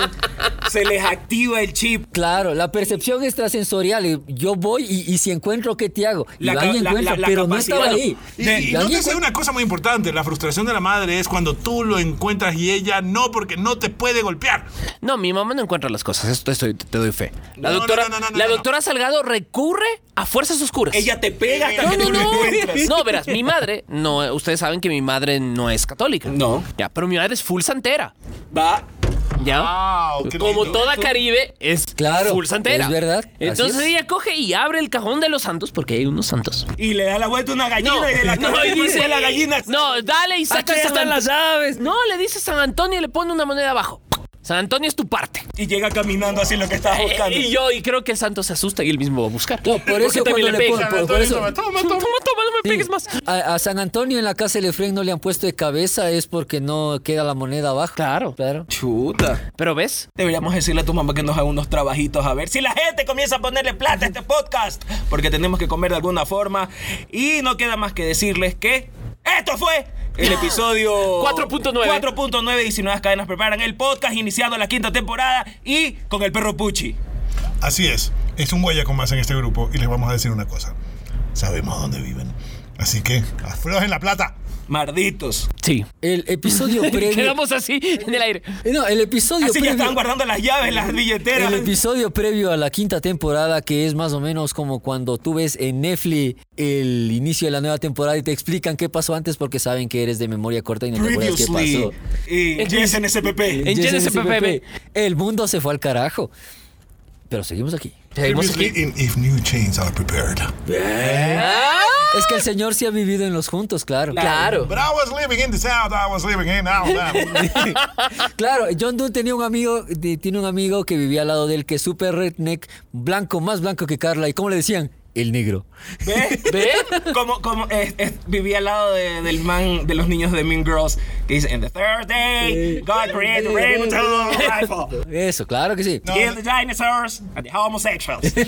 Speaker 1: se les activa el chip.
Speaker 2: Claro, la percepción extrasensorial. y Yo voy y, y si encuentro, ¿qué te hago? Y
Speaker 1: La
Speaker 2: va
Speaker 1: ca-
Speaker 2: y
Speaker 1: la-
Speaker 2: encuentra,
Speaker 1: la- la
Speaker 2: pero
Speaker 1: capacidad.
Speaker 2: no estaba ahí.
Speaker 4: Y,
Speaker 1: De-
Speaker 4: y
Speaker 2: de
Speaker 4: no
Speaker 2: alguien
Speaker 4: te sé
Speaker 2: cu-
Speaker 4: una cosa muy importante, la frustración de la madre es cuando tú lo encuentras y ella no, porque no te puede golpear.
Speaker 3: No, mi mamá no encuentra las cosas. Esto estoy, te doy fe. La
Speaker 4: No, no,
Speaker 3: doctora,
Speaker 4: no, no, no,
Speaker 3: la
Speaker 4: no, no.
Speaker 3: doctora Salgado recurre a fuerzas oscuras.
Speaker 1: Ella te pega hasta
Speaker 3: No,
Speaker 1: que
Speaker 3: no,
Speaker 1: tú lo
Speaker 3: no.
Speaker 1: encuentras.
Speaker 3: No, verás, mi madre, no, ustedes saben que mi madre no es católica.
Speaker 1: No.
Speaker 3: Ya, pero mi madre es full santera.
Speaker 1: Va.
Speaker 3: ¿Ya?
Speaker 4: Wow, qué
Speaker 3: Como
Speaker 4: lindo.
Speaker 3: toda Caribe es
Speaker 2: Claro,
Speaker 3: full santera.
Speaker 2: es verdad, así
Speaker 3: Entonces
Speaker 2: es.
Speaker 3: ella coge y abre el cajón de los santos, porque hay unos santos.
Speaker 1: Y le da la vuelta a una gallina y de la
Speaker 3: y dice-
Speaker 1: la gallina.
Speaker 3: No, dale y saca
Speaker 2: Aquí están las
Speaker 3: llaves. No, le dice San Antonio y le pone una moneda abajo. San Antonio es tu parte.
Speaker 1: Y llega caminando así lo que estabas buscando.
Speaker 3: Eh, Y yo, y creo que el santo se asusta y él mismo va a buscar.
Speaker 2: No, por
Speaker 3: Porque
Speaker 2: eso
Speaker 3: también
Speaker 2: cuando le
Speaker 3: pega.
Speaker 2: pon- por- por eso-
Speaker 4: Toma, toma,
Speaker 3: Toma,
Speaker 4: toma.
Speaker 3: toma, no me
Speaker 2: Sí.
Speaker 3: pegues más.
Speaker 2: A, a San Antonio en la casa del Efraín no le han puesto de cabeza, es porque no queda la moneda abajo.
Speaker 3: Claro.
Speaker 2: Claro.
Speaker 1: Chuta.
Speaker 3: Pero ves,
Speaker 1: Deberíamos decirle a tu mamá que nos haga unos trabajitos a ver si la gente comienza a ponerle plata a este podcast. Porque tenemos que comer de alguna forma. Y no queda más que decirles que esto fue el episodio
Speaker 3: 4.9.
Speaker 1: 4.9 y si nuevas cadenas preparan el podcast iniciando la quinta temporada y con el perro Puchi.
Speaker 4: Así es, es un guayaco más en este grupo y les vamos a decir una cosa. Sabemos dónde viven. Así que aflojen la plata.
Speaker 1: Marditos.
Speaker 3: Sí.
Speaker 2: El episodio previo.
Speaker 3: Quedamos así en el aire.
Speaker 2: Eh, No, el episodio
Speaker 1: Así que
Speaker 2: previo.
Speaker 1: estaban guardando las llaves, las billeteras.
Speaker 2: El episodio previo a la quinta temporada, que es más o menos como cuando tú ves en Netflix el inicio de la nueva temporada y te explican qué pasó antes porque saben que eres de memoria corta y no te acuerdas qué
Speaker 1: Previously.
Speaker 2: pasó.
Speaker 1: Y Yes en SPP.
Speaker 3: En
Speaker 2: Yes,
Speaker 3: GNSPP.
Speaker 2: NSPP. El mundo se fue al carajo. Pero seguimos aquí.
Speaker 3: Seguimos aquí.
Speaker 4: Previously in if new chains are prepared.
Speaker 2: Es que el señor sí ha vivido en los juntos, claro.
Speaker 7: Claro.
Speaker 4: But I was living in the south, I was living in Alabama.
Speaker 2: Claro, John Doe tenía un amigo, de- tiene un amigo que vivía al lado del que es súper redneck, blanco, más blanco que Carla. ¿Y cómo le decían? El negro.
Speaker 1: ¿Ve?
Speaker 7: ¿Ve?
Speaker 1: Como, como eh, eh, vivía al lado de- del man de los niños de Mean Girls que dice In the third day, God created rainbow rifle.
Speaker 2: Eso, claro que sí.
Speaker 1: Kill the dinosaurs and the homosexuals.
Speaker 4: No,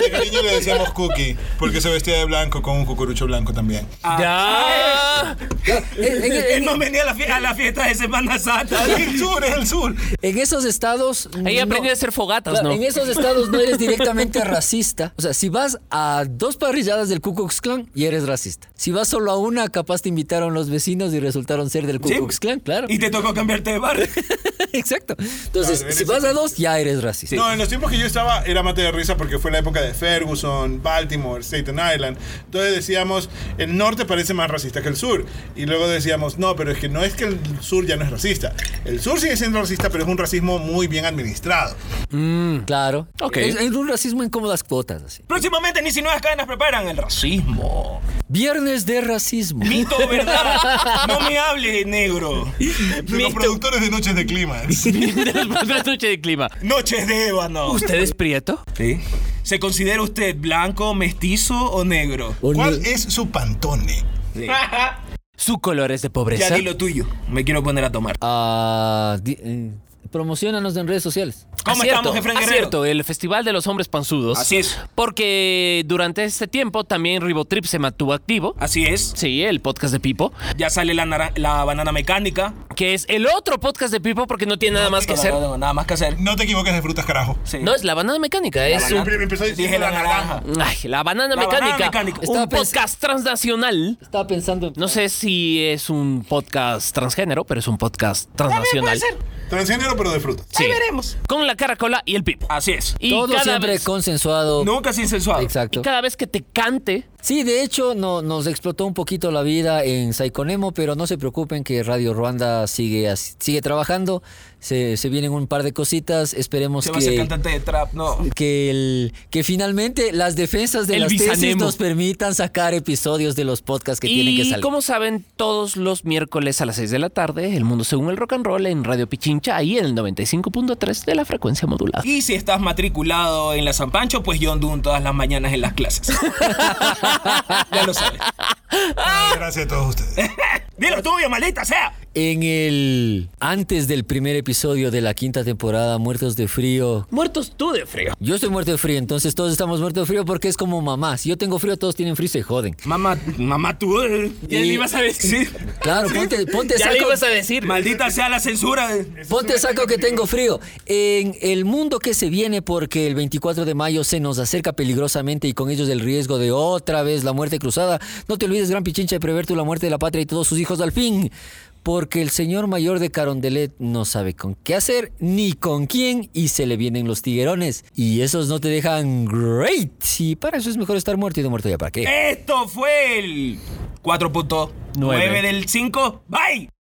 Speaker 4: de cariño le decíamos Cookie, porque se vestía de blanco con un cucurucho blanco también.
Speaker 3: Ah, Ya.
Speaker 2: En- en- en-
Speaker 1: Él no venía a la, fie- a la fiesta de Semana Santa.
Speaker 4: Es el sur, es el sur.
Speaker 2: En esos estados.
Speaker 3: Ahí
Speaker 2: no-
Speaker 3: aprendí a hacer fogatas,
Speaker 2: Claro,
Speaker 3: ¿no?
Speaker 2: En esos estados no eres directamente racista. O sea, si vas a dos parrilladas del Ku Klux Klan y eres racista. Si vas solo a una, capaz te invitaron los vecinos y resultaron ser del Ku
Speaker 1: Sí.
Speaker 2: Klux Klan, claro.
Speaker 1: Y te tocó cambiarte de barrio.
Speaker 2: Exacto. Entonces,
Speaker 4: Claro,
Speaker 2: si
Speaker 4: eres
Speaker 2: vas a dos, ya eres racista.
Speaker 4: No, en los tiempos que yo estaba era mate de risa porque fue la época de Ferguson, Baltimore, Staten Island. Entonces decíamos, el norte parece más racista que el sur. Y luego decíamos, no, pero es que no es que el sur ya no es racista. El sur sigue siendo racista, pero es un racismo muy bien administrado.
Speaker 2: Mm, Claro.
Speaker 3: Mm. Ok.
Speaker 2: Es, es un racismo en cómodas cuotas. Así.
Speaker 1: Próximamente ni si nuevas cadenas preparan el racismo.
Speaker 2: Viernes de racismo.
Speaker 1: Mito, ¿verdad? No me hable, negro.
Speaker 4: Los productores de Noches de Clima.
Speaker 3: Buenas noches de clima.
Speaker 1: Noches de ébano.
Speaker 3: ¿Usted es prieto?
Speaker 1: ¿Sí? ¿Se considera usted blanco, mestizo o negro?
Speaker 4: ¿Cuál es su pantone?
Speaker 3: ¿Su color es de
Speaker 1: Ya
Speaker 3: pobreza?
Speaker 1: di lo tuyo. Me quiero poner a tomar.
Speaker 2: Ah, di- eh, promocionanos en redes sociales.
Speaker 1: ¿Cómo
Speaker 3: Acierto,
Speaker 1: estamos, Efraín Guerrero?
Speaker 3: acierto, el Festival de los Hombres Panzudos.
Speaker 1: Así es.
Speaker 3: Porque durante este tiempo también Ribotrip se mantuvo activo.
Speaker 1: Así es.
Speaker 3: Sí, el podcast de Pipo.
Speaker 1: Ya sale la, naran- la banana mecánica.
Speaker 3: Que es el otro podcast de Pipo porque no tiene nada más que hacer.
Speaker 1: No tengo nada más que hacer.
Speaker 4: No te equivoques de frutas, carajo.
Speaker 1: Sí.
Speaker 3: No, es la banana mecánica. es un-
Speaker 4: banana. Siempre empezó diciendo
Speaker 1: Dije la
Speaker 4: la
Speaker 1: naranja.
Speaker 3: Ay, la banana
Speaker 1: La
Speaker 3: mecánica.
Speaker 1: banana mecánica.
Speaker 2: Estaba
Speaker 3: Un
Speaker 2: pens-
Speaker 3: podcast transnacional.
Speaker 2: Estaba pensando en.
Speaker 3: No sé si es un podcast transgénero, pero es un podcast transnacional.
Speaker 4: Transgénero, pero de frutas.
Speaker 3: Sí. Con la caracola y el Pipo.
Speaker 1: Así es.
Speaker 3: Y
Speaker 2: Todo
Speaker 3: cada
Speaker 2: siempre
Speaker 3: vez-
Speaker 2: consensuado.
Speaker 1: Nunca sin sensuado.
Speaker 2: Exacto.
Speaker 3: Y cada vez que te cante,
Speaker 2: Sí, de hecho no, nos explotó un poquito la vida en Saikonemo, pero no se preocupen que Radio Ruanda sigue, as- sigue trabajando. Se, se vienen un par de cositas. Esperemos
Speaker 1: Se va a hacer
Speaker 2: que,
Speaker 1: cantante de trap. No.
Speaker 2: que, el- que finalmente las defensas de
Speaker 3: El
Speaker 2: las tesis
Speaker 3: Bizanemo.
Speaker 2: nos permitan sacar episodios de los podcasts que tienen que
Speaker 3: y
Speaker 2: salir.
Speaker 3: como saben, todos los miércoles a las 6 de la tarde, El Mundo Según el Rock and Roll en Radio Pichincha, ahí en el 95.3 de la frecuencia modulada.
Speaker 1: Y si estás matriculado en la San Pancho, pues John Doon todas las mañanas en las clases. ya lo sabes.
Speaker 4: Gracias a todos ustedes.
Speaker 1: Dilo tuyo, maldita sea.
Speaker 2: En el antes del primer episodio de la quinta temporada, Muertos de Frío,
Speaker 3: Muertos tú de frío.
Speaker 2: yo estoy muerto de frío, entonces todos estamos muertos de frío porque es como mamá. Si yo tengo frío, todos tienen frío y se joden.
Speaker 1: Mamá, mamá tú. eh.
Speaker 2: Ya le ibas
Speaker 1: a decir.
Speaker 2: Claro, ponte, ponte
Speaker 3: Ya le
Speaker 2: saco-
Speaker 3: ibas a decir.
Speaker 1: Maldita sea la censura. eh.
Speaker 2: Ponte saco que tengo frío. En el mundo que se viene, porque el 24 de mayo se nos acerca peligrosamente y con ellos el riesgo de otra vez la muerte cruzada, no te olvides, gran pichincha, de prever tú la muerte de la patria y todos sus hijos al fin. Porque el señor mayor de Carondelet no sabe con qué hacer ni con quién y se le vienen los tiguerones. Y esos no te dejan great. Y para eso es mejor estar muerto y no muerto ya para qué.
Speaker 1: Esto fue el 4.9
Speaker 3: Nueve.
Speaker 1: del 5. Bye.